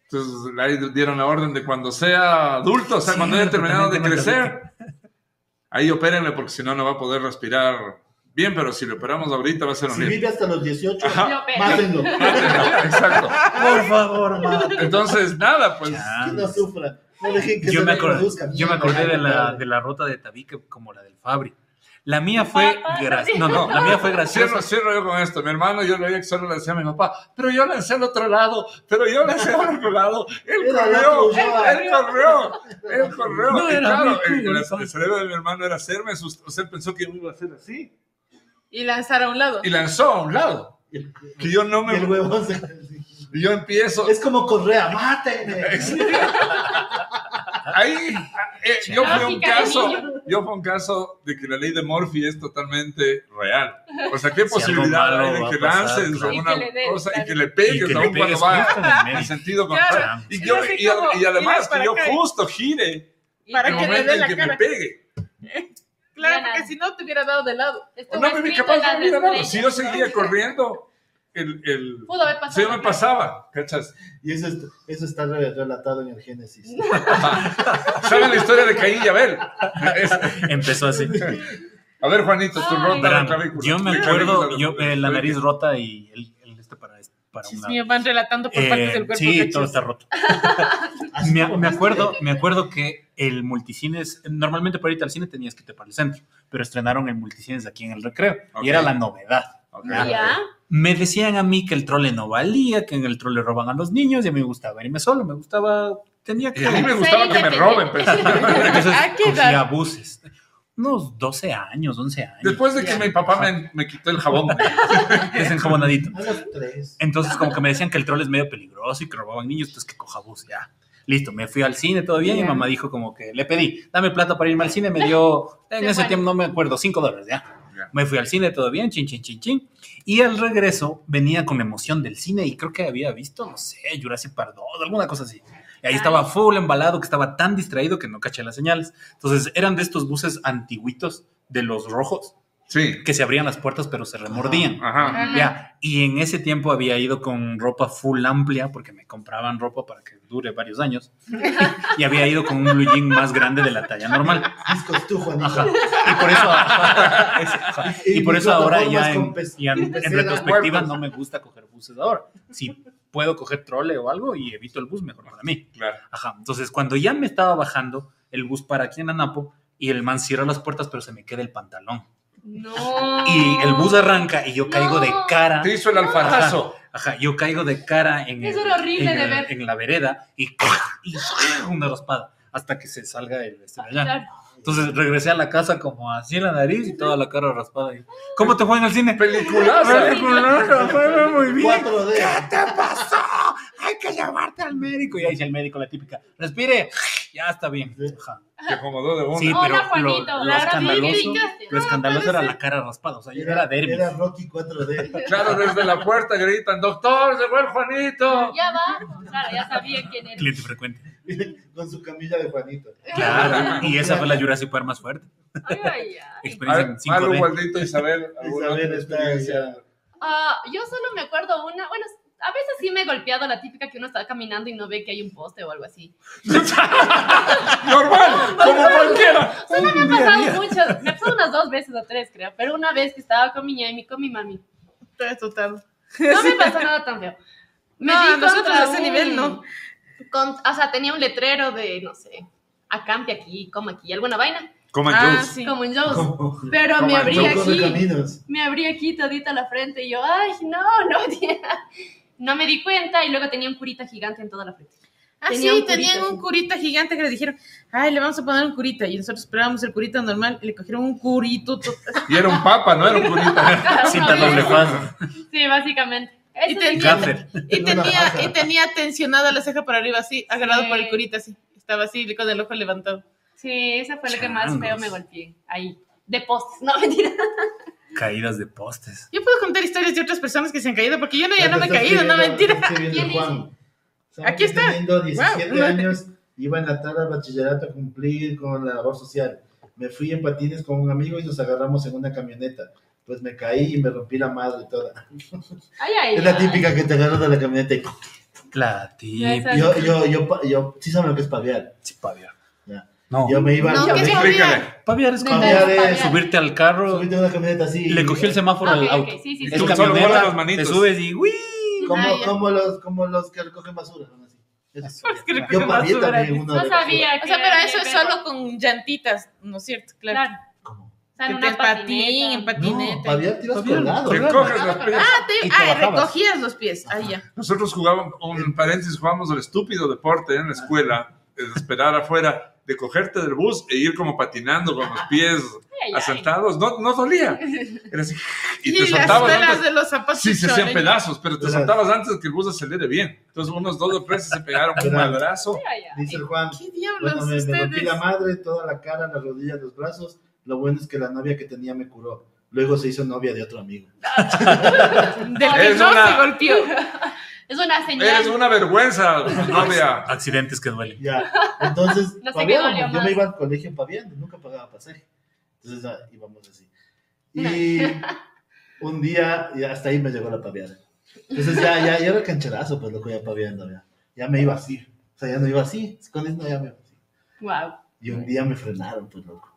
S3: Entonces ahí dieron la orden de cuando sea adulto, o sea,
S4: Sí,
S3: cuando haya
S4: porque
S3: terminado de
S4: también tengo el
S3: crecer, ahí opérenle porque si no, no va a poder respirar bien, pero si lo operamos ahorita va a ser
S5: Si
S3: horrible.
S5: vive hasta los 18,
S3: Ajá.
S1: Lo peor.
S5: mátenlo.
S3: Exacto.
S4: Por favor, ma.
S3: Entonces, nada, pues...
S5: Que
S4: Chan.
S5: no sufra. No dejen que
S4: Yo
S5: se
S4: me, acordé,
S5: reproduzca.
S4: yo me acordé de la, de la ruta de tabique como la del Fabri. La mía fue
S1: Papá,
S4: gra-
S1: sí.
S4: No, no, la mía fue
S3: Cierro,
S4: graciosa.
S3: cierro yo con esto. Mi hermano, yo le que solo le decía a mi papá, pero yo lancé al otro lado, pero yo lancé al otro lado. Él
S5: Era la
S3: corrió,
S5: tuya.
S3: él corrió, él corrió.
S4: No,
S3: Y
S4: era
S3: claro,
S4: mi
S3: el, el-
S4: culpa.
S3: el cerebro de mi hermano era hacerme asustar. O sea, él pensó que yo iba a hacer así.
S2: Y lanzar a un lado.
S3: Y lanzó a un lado. Que yo no
S5: Y el
S3: me.
S5: huevón se-
S3: Y yo empiezo.
S5: Es como Correa, mátenme.
S3: Ahí. eh, yo fui un
S1: Lógica de
S3: caso.
S1: niño.
S3: Yo fui un caso de que la ley de Murphy es totalmente real. O sea, qué
S4: Si
S3: posibilidad
S4: algo
S3: hay de
S4: malo va
S3: que
S4: a pasar,
S3: lances a
S4: claro.
S1: Y
S3: una
S1: que le des,
S3: cosa y
S1: claro.
S3: que le
S4: Y
S3: pegues
S4: que
S3: a un
S4: le
S3: cuando
S4: pegues
S3: va
S4: justo en el
S3: en
S4: medio.
S3: sentido
S2: Claro.
S3: contrario.
S4: Chan.
S3: Y,
S2: Es
S3: yo,
S2: así
S3: y, a-
S2: como
S3: y además
S2: miras
S3: que
S2: para
S3: yo
S2: acá y-
S3: justo gire
S2: Para
S3: el
S2: que le
S3: momento
S2: dé
S3: en
S2: la
S3: que me
S2: cara.
S3: pegue.
S2: Claro, porque si no te hubiera dado de lado.
S1: Estuvo
S3: no me vi
S1: escrito
S3: capaz
S1: en las
S3: de mirar nada.
S1: estrellas,
S3: Si yo
S1: ¿no?
S3: seguía corriendo, el, el
S1: Pudo haber pasado.
S3: sí, yo me pasaba, ¿cachas?
S5: Y eso, es- eso está re- relatado en el Génesis.
S3: ¿Saben la historia de Caín y Abel? Es-
S4: Empezó así.
S3: a ver, Juanito, tu
S1: Ay.
S3: rota la
S4: Verán,
S3: clavícula.
S4: yo me
S3: La
S4: acuerdo,
S3: clavícula,
S4: yo, eh, la nariz rota y el, el este para, para
S2: Dios
S4: un
S2: mío,
S4: lado.
S2: van relatando por
S4: Eh,
S2: partes del cuerpo.
S4: sí,
S2: cachos.
S4: todo está roto.
S5: Así
S4: me,
S5: como
S4: me
S5: este.
S4: acuerdo, me acuerdo que el multicines, normalmente para ir al cine tenías que irte para el centro, pero estrenaron el multicines aquí en el recreo
S3: Ok.
S4: y era la novedad.
S3: Ok.
S1: Ya.
S4: Me decían a mí que el trole no valía, que en el trole roban a los niños y a mí me gustaba irme solo, me gustaba, tenía
S3: Y
S4: que...
S3: a mí me gustaba que me roben, pues. pero
S4: Entonces,
S2: ¿A qué
S4: cogía
S2: edad?
S4: buses. Unos 12 años, 11 años.
S3: después de que
S2: Ya.
S3: mi papá me, me quitó el jabón.
S4: desenjabonadito.
S5: A los tres.
S4: Entonces, como que me decían que el troll es medio peligroso y que robaban niños, entonces que coja bus, ya. Listo, me fui al cine todavía y
S2: Ya.
S4: mi mamá dijo como que le pedí, dame plata para irme al cine, me dio, en
S1: Sí,
S4: ese
S1: bueno.
S4: tiempo no me acuerdo, cinco dólares, ya.
S3: Ya.
S4: Me fui al cine, todo bien, chin, chin, chin, chin. Y al regreso venía con la emoción del cine y creo que había visto, no sé, Jurassic Park 2, alguna cosa así. Y ahí estaba full embalado, que estaba tan distraído que no caché las señales. Entonces eran de estos buses antiguitos, de los rojos,
S3: Sí.
S4: que se abrían las puertas pero se remordían.
S3: Ajá.
S1: Ajá.
S4: Ya, y en ese tiempo había ido con ropa full amplia porque me compraban ropa para que dure varios años. y había ido con un blue jean más grande de la talla normal.
S5: Discos tú, Juanito.
S4: Ajá. Y por eso, ajá, es- ajá. Y por eso ahora ya en, ya en- en
S5: Peceras,
S4: retrospectiva
S5: puertas.
S4: no me gusta coger buses ahora. Si puedo coger trole o algo y evito el bus, mejor para mí.
S3: Claro.
S4: Ajá. Entonces, cuando ya me estaba bajando el bus para aquí en Anapo y el man cierra las puertas, pero se me queda el pantalón.
S1: No.
S4: Y el bus arranca y yo caigo de
S1: No.
S4: cara.
S3: Te hizo el alfatazo.
S4: Ajá, yo caigo de cara en,
S1: Eso
S4: el-
S1: era horrible
S4: en
S1: de
S4: el-
S1: ver.
S4: en la vereda y, y una raspada hasta que se salga el este de allá.
S1: Claro.
S4: Entonces regresé a la casa como así en la nariz y toda la cara raspada. y, ¿Cómo te fue en el cine?
S3: Peliculaza.
S4: Fue muy bien, fue muy bien.
S5: 4D.
S4: ¿Qué pasó? Hay que llevarte al médico. Y ahí dice el médico la típica, respire, ya está bien. Ajá.
S3: Te acomodó de una.
S4: Sí,
S1: Hola,
S4: pero lo,
S1: Juanito.
S4: lo
S1: La
S4: escandaloso, Pues
S1: ratificaste.
S4: lo escandaloso era la cara raspada, o sea, yo era
S5: Era,
S4: derby.
S5: era Rocky 4D.
S3: Claro, desde la puerta gritan, doctor, llegó el Juanito.
S1: Ya va. Claro, ya sabía quién era.
S4: Cliente frecuente.
S5: Con su camilla de Juanito.
S4: Claro, y esa fue la Jurassic Park más fuerte.
S1: Ay, ay, ay.
S3: A
S4: Experiencia
S3: ver,
S4: en
S3: Malu,
S4: 5D.
S3: Waldito, Isabel. ¿alguna
S5: Isabel
S3: otra
S5: está
S3: experiencia?
S1: Ah, yo solo me acuerdo una. Bueno, a veces sí me he golpeado la típica que uno está caminando y no ve que hay un poste o algo así.
S2: Ah.
S3: Normal, como cualquiera.
S1: O sea, no me ha pasado mucho. Me ha pasado unas dos veces o tres, creo. Pero una vez que estaba con mi ñami, con mi mami.
S2: total.
S1: No me pasó nada tan feo. Me
S2: No,
S1: di
S2: a nosotros
S1: contra
S2: a ese nivel no.
S1: con- o sea, tenía un letrero de, no sé, acampe aquí, coma aquí, alguna vaina.
S3: Coman
S2: Ah,
S3: Jones.
S2: sí.
S1: Como en Joe's.
S5: Como-
S1: Pero me
S3: Coma
S1: abrí
S3: Joe's.
S5: Locos de
S1: aquí.
S5: caminos.
S1: Me abrí aquí todita la frente y yo, ay, no, no, tía. No me di cuenta y luego tenía un curita gigante en toda la frente.
S2: Ah,
S1: Tenía
S2: sí,
S1: un curita,
S2: tenían un
S1: sí.
S2: curita gigante que le dijeron, ay, le vamos a poner un curita. Y nosotros esperábamos el curita normal y le cogieron un curito. to-
S3: Y era un papa, no era un curita.
S4: Cinta doble faz.
S1: Sí, básicamente.
S2: Y
S1: Eso sí,
S2: tenía,
S4: Gaffer.
S2: y
S5: No,
S2: tenía,
S5: no,
S2: y
S5: no.
S2: tenía tensionada la ceja para arriba, así, agarrado
S1: Sí.
S2: por el curita, así. Estaba así, con el ojo levantado.
S1: sí, esa fue la que más feo
S4: Changos.
S1: me golpeé. Ahí. De postes, no mentira.
S4: Caídas de postes.
S2: Yo puedo contar historias de otras personas que se han caído, porque yo no, ya no me he
S5: Estás
S2: caído, no
S5: escribiendo-
S2: mentira.
S5: estás escribiendo
S1: ¿Quién
S5: Juan. Saben
S2: Aquí
S5: que
S2: está.
S5: Teniendo 17
S2: Wow.
S5: años, iba en la tarde al bachillerato a cumplir con la labor social. Me fui en patines con un amigo y nos agarramos en una camioneta. Pues me caí y me rompí la madre toda.
S1: Ay, ay.
S5: Es la
S1: ay.
S5: típica que te agarras de la camioneta y
S4: La típica.
S5: yo, yo, yo, pa- yo, sí saben lo que es paviar.
S4: Sí, paviar.
S5: Ya.
S4: No.
S5: Yo me iba
S2: No,
S5: a
S2: ¿qué es
S3: Explícale.
S4: Paviar es cuando
S5: Paviar es-
S4: subirte al carro,
S5: subirte a una camioneta así.
S4: le cogió el semáforo
S1: Ah, Ok,
S4: al
S1: ok,
S4: auto.
S1: sí, sí, sí.
S4: Es
S3: Solo
S4: camioneta,
S3: mueve las manitos.
S4: te subes y ¡uy!
S5: Como,
S2: Ah, ya.
S5: como, los, como los que recogen basura. ¿no? Así. Eso.
S2: Es que recogen
S5: Yo pavié
S2: basura.
S5: también uno
S1: No
S5: de
S1: sabía.
S5: basura.
S2: O sea, pero eso es
S1: Pero-
S2: solo con llantitas, ¿no es cierto? Claro.
S1: Claro.
S5: ¿Cómo?
S1: O sea, en
S2: Que te
S1: una
S2: patín,
S1: patineta.
S2: en patineta.
S5: No, paviar tiras
S4: Paviar,
S5: colgado.
S3: Te coges las pies.
S2: Ah, te-
S4: Y te
S2: ah,
S4: bajabas.
S2: recogías los pies. Ahí ya.
S3: Nosotros jugábamos, en paréntesis, jugábamos el estúpido deporte en la escuela, de esperar afuera, de cogerte del bus e ir como patinando con los pies
S1: Ay, ay.
S3: asentados. No, no dolía. Era así. Y te
S2: las
S3: saltabas.
S2: telas
S3: antes-
S2: de los zapatos.
S3: Sí, se hacían
S2: choreños.
S3: pedazos, pero te
S5: Claro.
S3: saltabas antes que el bus acelere bien. Entonces, unos dos o tres se pegaron un
S5: Claro.
S3: madrazo.
S1: Ay, ay.
S5: Dice el Juan,
S2: ¿Qué diablos
S5: Bueno, me, me rompí
S2: ustedes?
S5: la madre, toda la cara, las rodillas, los brazos. Lo bueno es que la novia que tenía me curó. Luego se hizo novia de otro amigo.
S2: Del que
S3: Es
S2: no
S3: una-
S2: se golpeó.
S1: Es una señal.
S3: Eres una vergüenza, novia.
S4: Accidentes que duelen.
S5: Ya. Entonces,
S1: No sé qué
S5: paviábamos.
S1: dolió
S5: yo
S1: más.
S5: me iba al colegio paviando, nunca pagaba pasaje. Entonces ah, íbamos así. Y un día, y hasta ahí me llegó la paviada. Entonces ya, ya, ya era cancherazo, pues loco, ya paviando. Ya. ya me iba así. O sea, ya no iba así. Con eso ya me iba así.
S1: Wow.
S5: Y un día me frenaron, pues loco.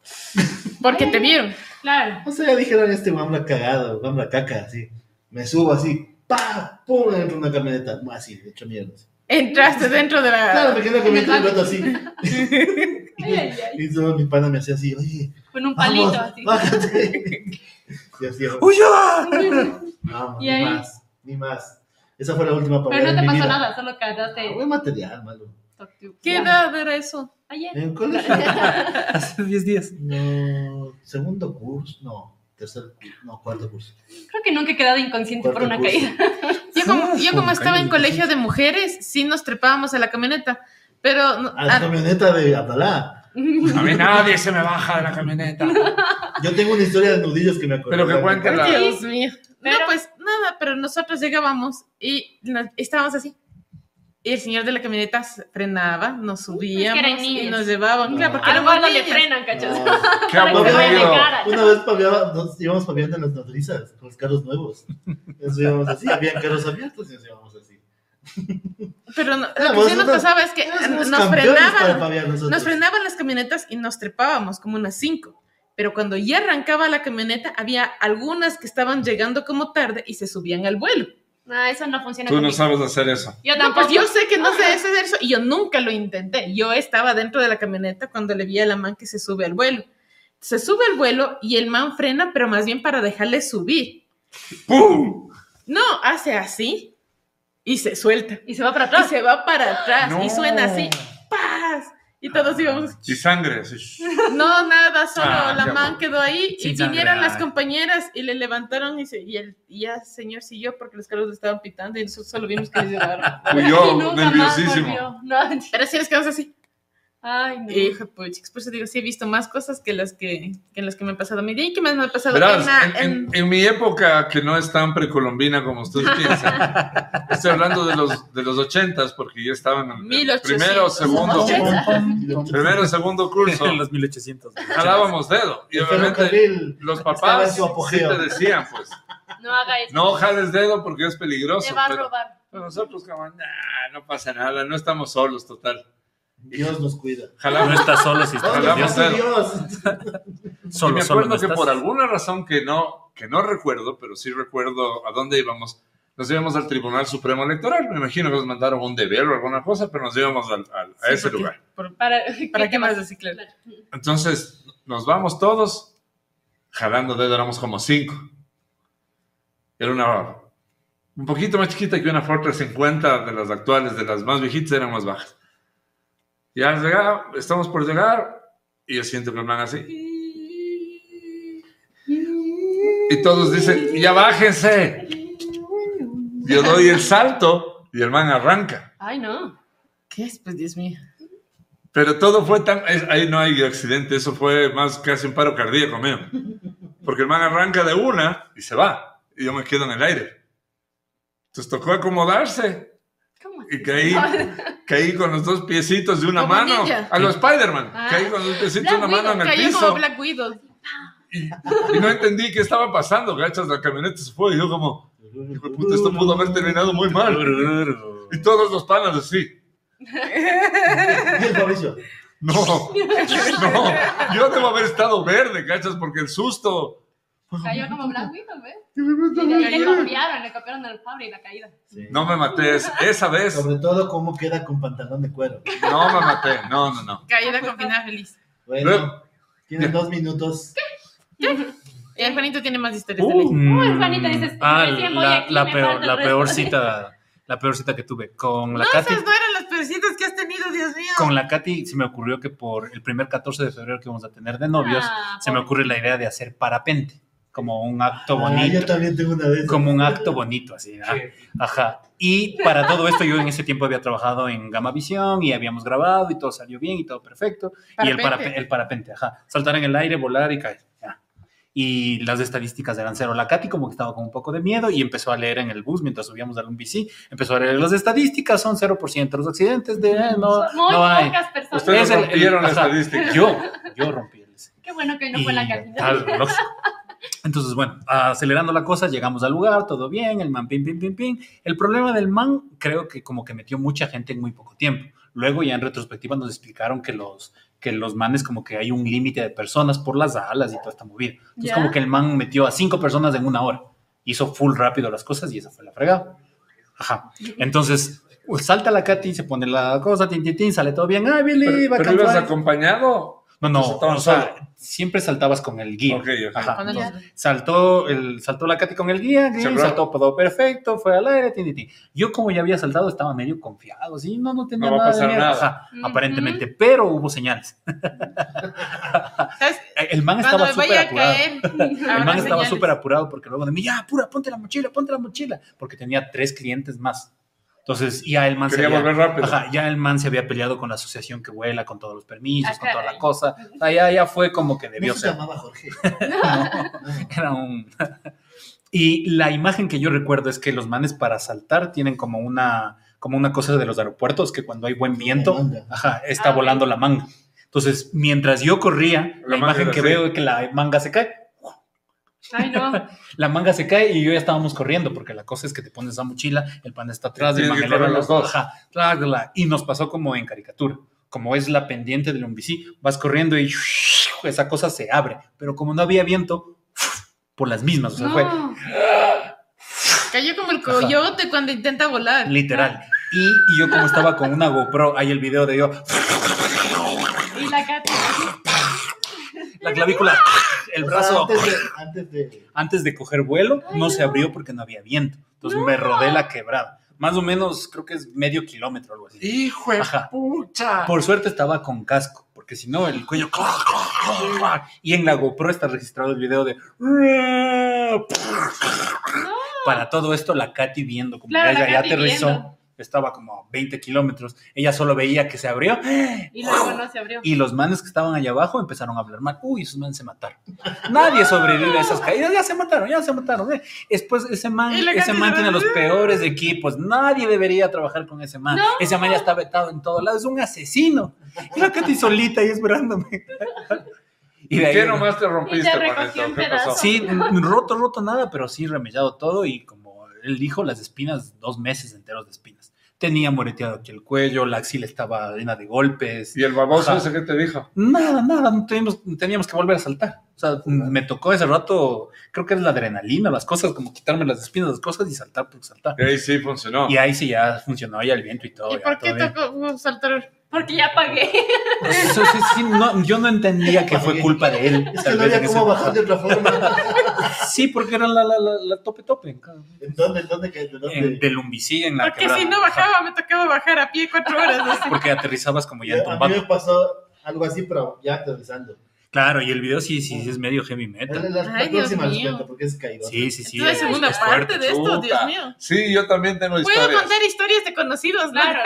S2: Porque te vieron.
S1: Claro.
S5: O sea, ya dijeron este guam la cagada, guam la caca, así. Me subo así, pa, pum, dentro de una camioneta, así, hecho mierda. así.
S2: Entraste dentro de la.
S5: Claro, me quedé
S1: en el
S5: comiendo un
S1: baño.
S5: rato así.
S1: Ay, ay, ay.
S5: Y todo mi pana me hacía así, oye,
S1: Con un palito
S5: vamos,
S1: así.
S5: bájate. Y así,
S4: ¡Huya!
S5: vamos,
S1: ¿Y
S5: ni
S1: ahí?
S5: más, ni más. Esa fue la última
S1: Pero no
S5: palabra de
S1: te
S5: mi
S1: pasó
S5: vida.
S1: nada, solo cagaste.
S5: Ah, Buen material, malo.
S2: ¿Qué edad era eso?
S1: Ayer.
S5: En el colegio,
S4: Hace 10 días.
S5: no, segundo curso, no, tercer curso, no, cuarto curso.
S1: Creo que nunca he quedado inconsciente por una
S5: Cuarto curso.
S1: caída.
S2: Yo como,
S4: Sí,
S2: yo como
S4: con
S2: estaba en
S4: caña.
S2: colegio de mujeres, sí nos trepábamos a la camioneta. Pero no- ah,
S5: A la
S1: Ah.
S2: a-
S5: camioneta de Abdalá.
S3: A mí nadie se me baja de la camioneta.
S5: Yo tengo una historia de nudillos que me acordé.
S3: Pero que
S5: ahorita.
S3: cuente la-
S2: Dios mío.
S1: Pero-
S2: no, pues nada, pero nosotros llegábamos y nos- estábamos así. Y el señor de la camioneta s- frenaba, nos subíamos
S1: pues eran
S2: y
S1: niños.
S2: nos llevaban.
S5: No.
S2: Claro, porque
S1: Algo
S2: éramos
S1: no le
S2: niños.
S1: frenan, cachos.
S5: No.
S3: Qué
S1: Para que se vaya de
S3: aburrido.
S1: cara.
S5: Una vez paviaba- nos íbamos paviando en las nodrizas con los carros nuevos. Nos íbamos así, había carros abiertos y nos íbamos así.
S2: Pero no- lo
S5: Éramos
S2: que sí nos
S5: unos-
S2: pasaba es que
S5: Éramos
S2: nos
S5: campeones para
S2: frenaban.
S5: paviar nosotros.
S2: Nos frenaban las camionetas y nos trepábamos como unas cinco. Pero cuando ya arrancaba la camioneta, había algunas que estaban llegando como tarde y se subían al vuelo.
S1: No, eso no funciona.
S3: Tú no
S1: conmigo.
S3: sabes hacer eso.
S1: Yo
S2: No,
S1: tampoco.
S2: pues yo sé que no sé hacer eso y yo nunca lo intenté. Yo estaba dentro de la camioneta cuando le vi a la man que se sube al vuelo. Se sube al vuelo y el man frena, pero más bien para dejarle subir.
S3: ¡Pum!
S2: No, hace así y se suelta.
S1: Y se va para
S2: Y
S1: atrás.
S2: se va para atrás
S3: No.
S2: y suena así. ¡Paz! Y todos íbamos,
S3: Y sangre. así.
S2: no, nada, solo
S3: Ah,
S2: la
S3: ya,
S2: man
S3: bueno.
S2: quedó ahí y
S4: Sin sangre,
S2: vinieron las
S4: ay.
S2: compañeras y le levantaron y, se- y el y ya el señor siguió porque los carros le estaban pitando y nosotros solo vimos que le llevaron.
S1: Y
S3: Huyó,
S1: nunca más
S3: nerviosísimo.
S1: volvió. No,
S2: Pero sí les quedamos así.
S1: Ay, no.
S2: Hija, pues, chicos, por eso digo, sí he visto más cosas que las que, que las que me han pasado a mí. ¿De ahí qué más me ha pasado?
S3: Verás,
S2: En la-
S3: en, en-
S2: en-
S3: en mi época, que no es tan precolombina como ustedes piensan, estoy hablando de los, de los ochentas, porque ya estaban en el
S2: 1800.
S3: primero, segundo, primero, segundo curso,
S4: En los 1800.
S3: jalábamos dedo. Y
S5: El
S3: obviamente
S5: ferrocarril
S3: los
S5: estaba en
S3: papás
S5: su
S3: sí
S5: apogeo.
S3: te decían, pues,
S1: No haga eso.
S3: no jales dedo porque es
S1: Te
S3: peligroso.
S1: va a
S3: pero-
S1: robar.
S3: pero nosotros, como, "Nah, no pasa nada, no estamos solos, total.
S5: Dios nos cuida.
S4: No
S3: Jalamos
S4: estás solo si estás
S3: Jalamos
S5: ¿Dónde
S4: nervioso.
S5: está
S3: dedo.
S5: Dios?
S3: Y
S4: Solo,
S3: me
S4: solo
S3: acuerdo
S4: no
S3: que
S4: estás.
S3: por alguna razón que no, que no recuerdo, pero sí recuerdo a dónde íbamos. Nos íbamos al Tribunal Supremo Electoral. Me imagino que nos mandaron un deber o alguna cosa, pero nos íbamos al- al- a
S2: Sí,
S3: ese
S2: porque-
S3: lugar.
S2: por-
S1: ¿Para,
S2: ¿Para
S1: ¿qué
S2: qué más
S1: más?
S2: así, claro?
S3: Entonces, nos vamos todos jalando dedo. Éramos como cinco. Era una un poquito más chiquita que una Ford 350 de las actuales, de las más viejitas, eran más bajas. Ya llegaba, estamos por llegar y yo siento que el man así. Y todos dicen, ya bájense. Yo doy el salto y el man arranca.
S1: Ay, no.
S2: ¿Qué es? Pues Dios mío.
S3: Pero todo fue tan... es- ahí no hay accidente, eso fue más casi un paro cardíaco mío. Porque el man arranca de una y se va. Y yo me quedo en el aire. Entonces tocó acomodarse
S1: ¿Cómo?
S3: y caí, caí con los dos piecitos de una
S2: Como
S3: mano.
S2: ninja.
S3: A los Spider-Man.
S1: Ah.
S3: Caí con los dos piecitos de
S2: Black
S3: una mano
S2: Widow,
S3: en el
S2: cayó
S3: piso.
S2: como Black Widow.
S3: Y, y no entendí qué estaba pasando. Gachas, la camioneta se fue. Y yo como, hijo de puta, esto pudo haber terminado muy mal. Y todos los panas así.
S5: Y el Fabricio.
S3: No, no, yo debo haber estado verde, cachas, porque el susto.
S1: Cayó como Black Widow, ¿ves? Y le, le
S3: No pues.
S1: copiaron, le copiaron el Fabri la caída.
S5: Sí.
S3: me maté es- esa vez,
S5: Sobre todo cómo queda con pantalón de cuero.
S3: no me maté, no, no, no.
S2: Caída con
S3: ah.
S2: final feliz.
S5: Bueno, tienen dos minutos.
S2: Y el Juanito tiene más historias de la
S4: Uh,
S2: historia.
S1: Mm. Uy, Juanita, dices,
S4: ah,
S1: recién voy
S4: la,
S1: aquí,
S4: la
S1: me
S4: peor,
S1: falta el
S4: la peor
S1: resto.
S4: cita, la peor cita que tuve con la
S2: No,
S4: Katy.
S2: esas no eran las peorcitas que has tenido, Dios mío.
S4: Con la Katy se me ocurrió que por el primer 14 de febrero que vamos a tener de novios,
S1: Ah,
S4: se me
S1: pobre.
S4: ocurre la idea de hacer parapente, como un acto
S5: Ah, yo
S4: bonito,
S5: también tengo una vez.
S4: como un acto bonito así. ¿no? Ajá. Y para todo esto yo en ese tiempo había trabajado en Gama Visión y habíamos grabado y todo salió bien y todo perfecto. Y el
S2: Parapente.
S4: parapente, el parapente, ajá. Saltar en el aire, volar y caer. ya. Y las estadísticas eran cero. La Katy como que estaba con un poco de miedo y empezó a leer en el bus mientras subíamos al un bici. Empezó a leer las estadísticas, son 0% los accidentes de... eh, no,
S1: Son Muy
S4: no hay.
S1: pocas personas.
S3: Ustedes
S4: Es el-
S3: rompieron la
S4: ajá.
S3: estadística.
S4: Yo, yo rompí el...
S1: Qué bueno que no fue
S4: Y
S1: la
S4: tal,
S1: caída.
S4: lógico. Entonces, bueno, acelerando la cosa, llegamos al lugar, todo bien, el man, pim, pim, pim, pim. El problema del man, creo que como que metió mucha gente en muy poco tiempo. Luego ya en retrospectiva nos explicaron que los, que los manes como que hay un límite de personas por las alas y toda esta movida. Entonces
S1: Ya.
S4: como que el man metió a cinco personas en una hora. Hizo full rápido las cosas y esa fue la fregada. Ajá. Entonces, salta la Katy, se pone la cosa, tin, tin, tin, sale todo bien. Ay, Billy,
S3: Pero,
S4: va a
S3: pero ibas
S4: cantar.
S3: acompañado.
S4: No, no,
S3: Entonces, estaban
S4: o sea,
S3: solo.
S4: siempre saltabas con el guía.
S3: Ok, ok.
S4: Ajá,
S2: Con el-
S4: entonces, saltó, el, saltó la Katy con el guía, guía,
S3: Cerró.
S4: saltó todo perfecto, fue al aire, tin, tin, tin. Yo como ya había saltado estaba medio confiado, sí, no, no tenía
S3: No va a
S4: nada de
S3: pasar
S4: miedo,
S3: nada.
S4: ajá,
S1: Ujú.
S4: aparentemente, pero hubo señales. Eh,
S2: ¿Sabes?
S4: El man
S2: Cuando
S4: estaba
S2: me
S4: súper
S2: vaya a
S4: apurado.
S2: caer.
S4: El man
S2: habrá
S4: estaba
S2: señales.
S4: súper apurado porque luego de mí, ya, apura, ponte la mochila, ponte la mochila, porque tenía tres clientes más. Entonces, ya el man se
S3: Quería
S4: había-
S3: volver rápido.
S4: Ajá, ya el man se había peleado con la asociación que vuela, con todos los permisos,
S1: Ah,
S4: con toda la
S1: caray.
S4: cosa. O sea, ya, ya fue como que debió
S5: No se
S4: ser.
S5: llamaba Jorge.
S4: No, era un... y la imagen que yo recuerdo es que los manes para saltar tienen como una, como una cosa de los aeropuertos, que cuando hay buen viento,
S5: Manga.
S4: ajá, está
S1: Ah, ok.
S4: volando la manga. Entonces, mientras yo corría,
S3: La manga
S4: la, imagen
S3: era
S4: que
S3: así.
S4: veo es que la manga se cae.
S1: Ay, no.
S4: La manga se cae y yo ya estábamos corriendo, porque la cosa es que te pones la mochila, el pan está atrás, el
S3: Tienen que
S4: manguelero
S3: correr los dos.
S4: ajá, tla, tla, tla. y nos pasó como en caricatura. Como es la pendiente del un bici, vas corriendo y esa cosa se abre, pero como no había viento, por las mismas, o sea, fue
S1: No.
S2: Cayó como el coyote cuando intenta volar.
S4: literal. Y, y yo como estaba con una GoPro, hay el video de yo,
S1: Y la Katy.
S4: la clavícula, el
S5: O sea,
S4: brazo,
S5: Antes de, antes de-
S4: antes de coger vuelo,
S1: Ay,
S4: no se
S1: no.
S4: abrió porque no había viento. Entonces me rodé la quebrada. Más o menos, creo que es medio kilómetro o algo así.
S3: ¡Hijo de
S4: Ajá.
S3: pucha!
S4: Por suerte estaba con casco, porque si no, el cuello. clac, clac, clac, clac. Y en la GoPro está registrado el video de. Para todo esto, la Katy viendo como
S1: Claro,
S4: ella
S1: la
S4: ya
S1: Katy
S4: aterrizó.
S1: viendo.
S4: Estaba como a 20 kilómetros. Ella solo veía que se abrió.
S1: Y luego no se abrió.
S4: Y los manes que estaban allá abajo empezaron a hablar mal. Uy, esos manes se mataron. Nadie sobrevive a esas caídas. Ya se mataron, ya se mataron. eh. Después ese man,
S2: Y la
S4: ese
S2: Katy
S4: man
S2: se
S4: tiene
S2: va.
S4: los peores equipos. Nadie debería trabajar con ese man.
S1: No.
S4: Ese man ya está vetado en todos lados. Es un asesino. Y la Katy solita ahí esperándome. Y de ahí-
S3: ¿Qué nomás te
S1: Y te
S3: rompiste con
S1: recogió
S3: esto?
S1: un
S3: ¿Qué pasó?
S1: pedazo.
S4: Sí, roto, roto nada, pero sí remellado todo y como él dijo, las espinas, dos meses enteros de espinas. Tenía moreteado aquí el cuello, la axila estaba llena de golpes.
S3: ¿Y el baboso
S4: Ajá.
S3: ese que te dijo?
S4: Nada, nada, no teníamos, teníamos que volver a saltar. O sea, me tocó ese rato, creo que es la adrenalina, las cosas, como quitarme las espinas, las cosas y saltar por saltar.
S5: Eh,
S3: Y ahí sí funcionó.
S4: Y ahí sí ya funcionó ya el viento y todo.
S2: ¿Y
S4: Oh, ya,
S2: por qué
S4: todo bien.
S2: tocó uh, saltar?
S1: Porque ya pagué.
S4: Eso sí, sí, no, yo no entendía que fue culpa de él.
S5: Es que
S4: tal
S5: no
S4: vez, en
S5: había
S4: ese
S5: cómo
S4: momento.
S5: bajar de otra forma.
S4: Sí, porque era la, la, la, la tope tope.
S5: ¿En dónde? ¿En dónde? que- ¿De dónde?
S4: En- de Lumbicí en la
S2: Porque
S4: quebrada.
S2: si no bajaba, me tocaba bajar a pie cuatro horas. así.
S4: Porque aterrizabas como ya
S5: Ya, a mí
S4: entumbado.
S5: me pasó algo así, pero ya aterrizando.
S4: Claro, y el video sí, sí, sí es medio heavy metal.
S5: La, la- la
S2: Ay, Dios
S5: próxima les
S2: mío.
S5: cuento porque es caído.
S4: Sí, sí, sí.
S2: Esta es
S4: es-
S2: la segunda
S4: es
S2: parte
S4: fuerte.
S2: de esto,
S3: Chuta.
S2: Dios mío.
S3: Sí, yo también tengo
S2: Puedo
S3: historias.
S2: contar historias de conocidos, ¿no?
S1: Claro,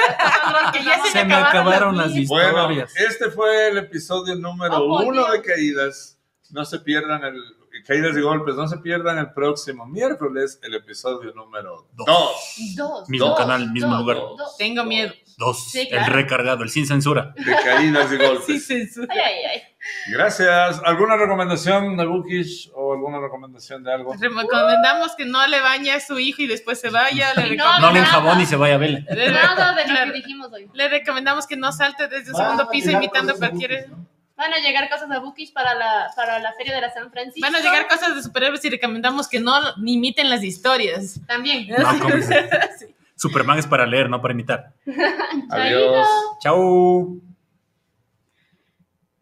S2: que ya se,
S4: Se
S2: me acabaron las
S4: mis-
S3: Bueno,
S4: historias.
S5: eh,
S3: este fue el episodio número
S1: Oh, por
S3: uno
S1: Dios.
S3: de Caídas. No se pierdan el Caídas y Golpes, no se pierdan el próximo miércoles el episodio número
S4: Dos.
S3: dos.
S1: Dos.
S4: Mismo
S1: dos,
S4: canal, mismo
S1: dos,
S4: lugar.
S1: dos.
S2: Tengo miedo.
S4: Dos.
S1: Sí,
S4: El
S1: claro.
S4: recargado, el sin censura.
S3: de Caídas y Golpes.
S2: Sí, censura.
S1: Ay, ay, ay.
S3: Gracias. ¿Alguna recomendación de Bukish o alguna recomendación de
S2: Pues,
S3: algo?
S2: Recomendamos que no le bañe a su hijo y después se vaya. Le, recom-
S4: No
S1: nada.
S4: le enjabón y se vaya a vela.
S2: le,
S1: Nada de lo
S2: Claro.
S1: que dijimos hoy.
S2: le recomendamos que no salte desde un
S4: Ah,
S5: Van a
S2: segundo piso
S5: llegar
S2: imitando a
S5: cosas
S2: cualquier...
S5: muy-
S1: Van a llegar cosas a Bookish para la, para la feria de la San Francisco.
S2: Van a llegar cosas de superhéroes y recomendamos que no imiten las historias.
S1: También.
S4: No, como- Superman es para leer, no para imitar.
S1: Chaito.
S3: Adiós.
S4: Chau.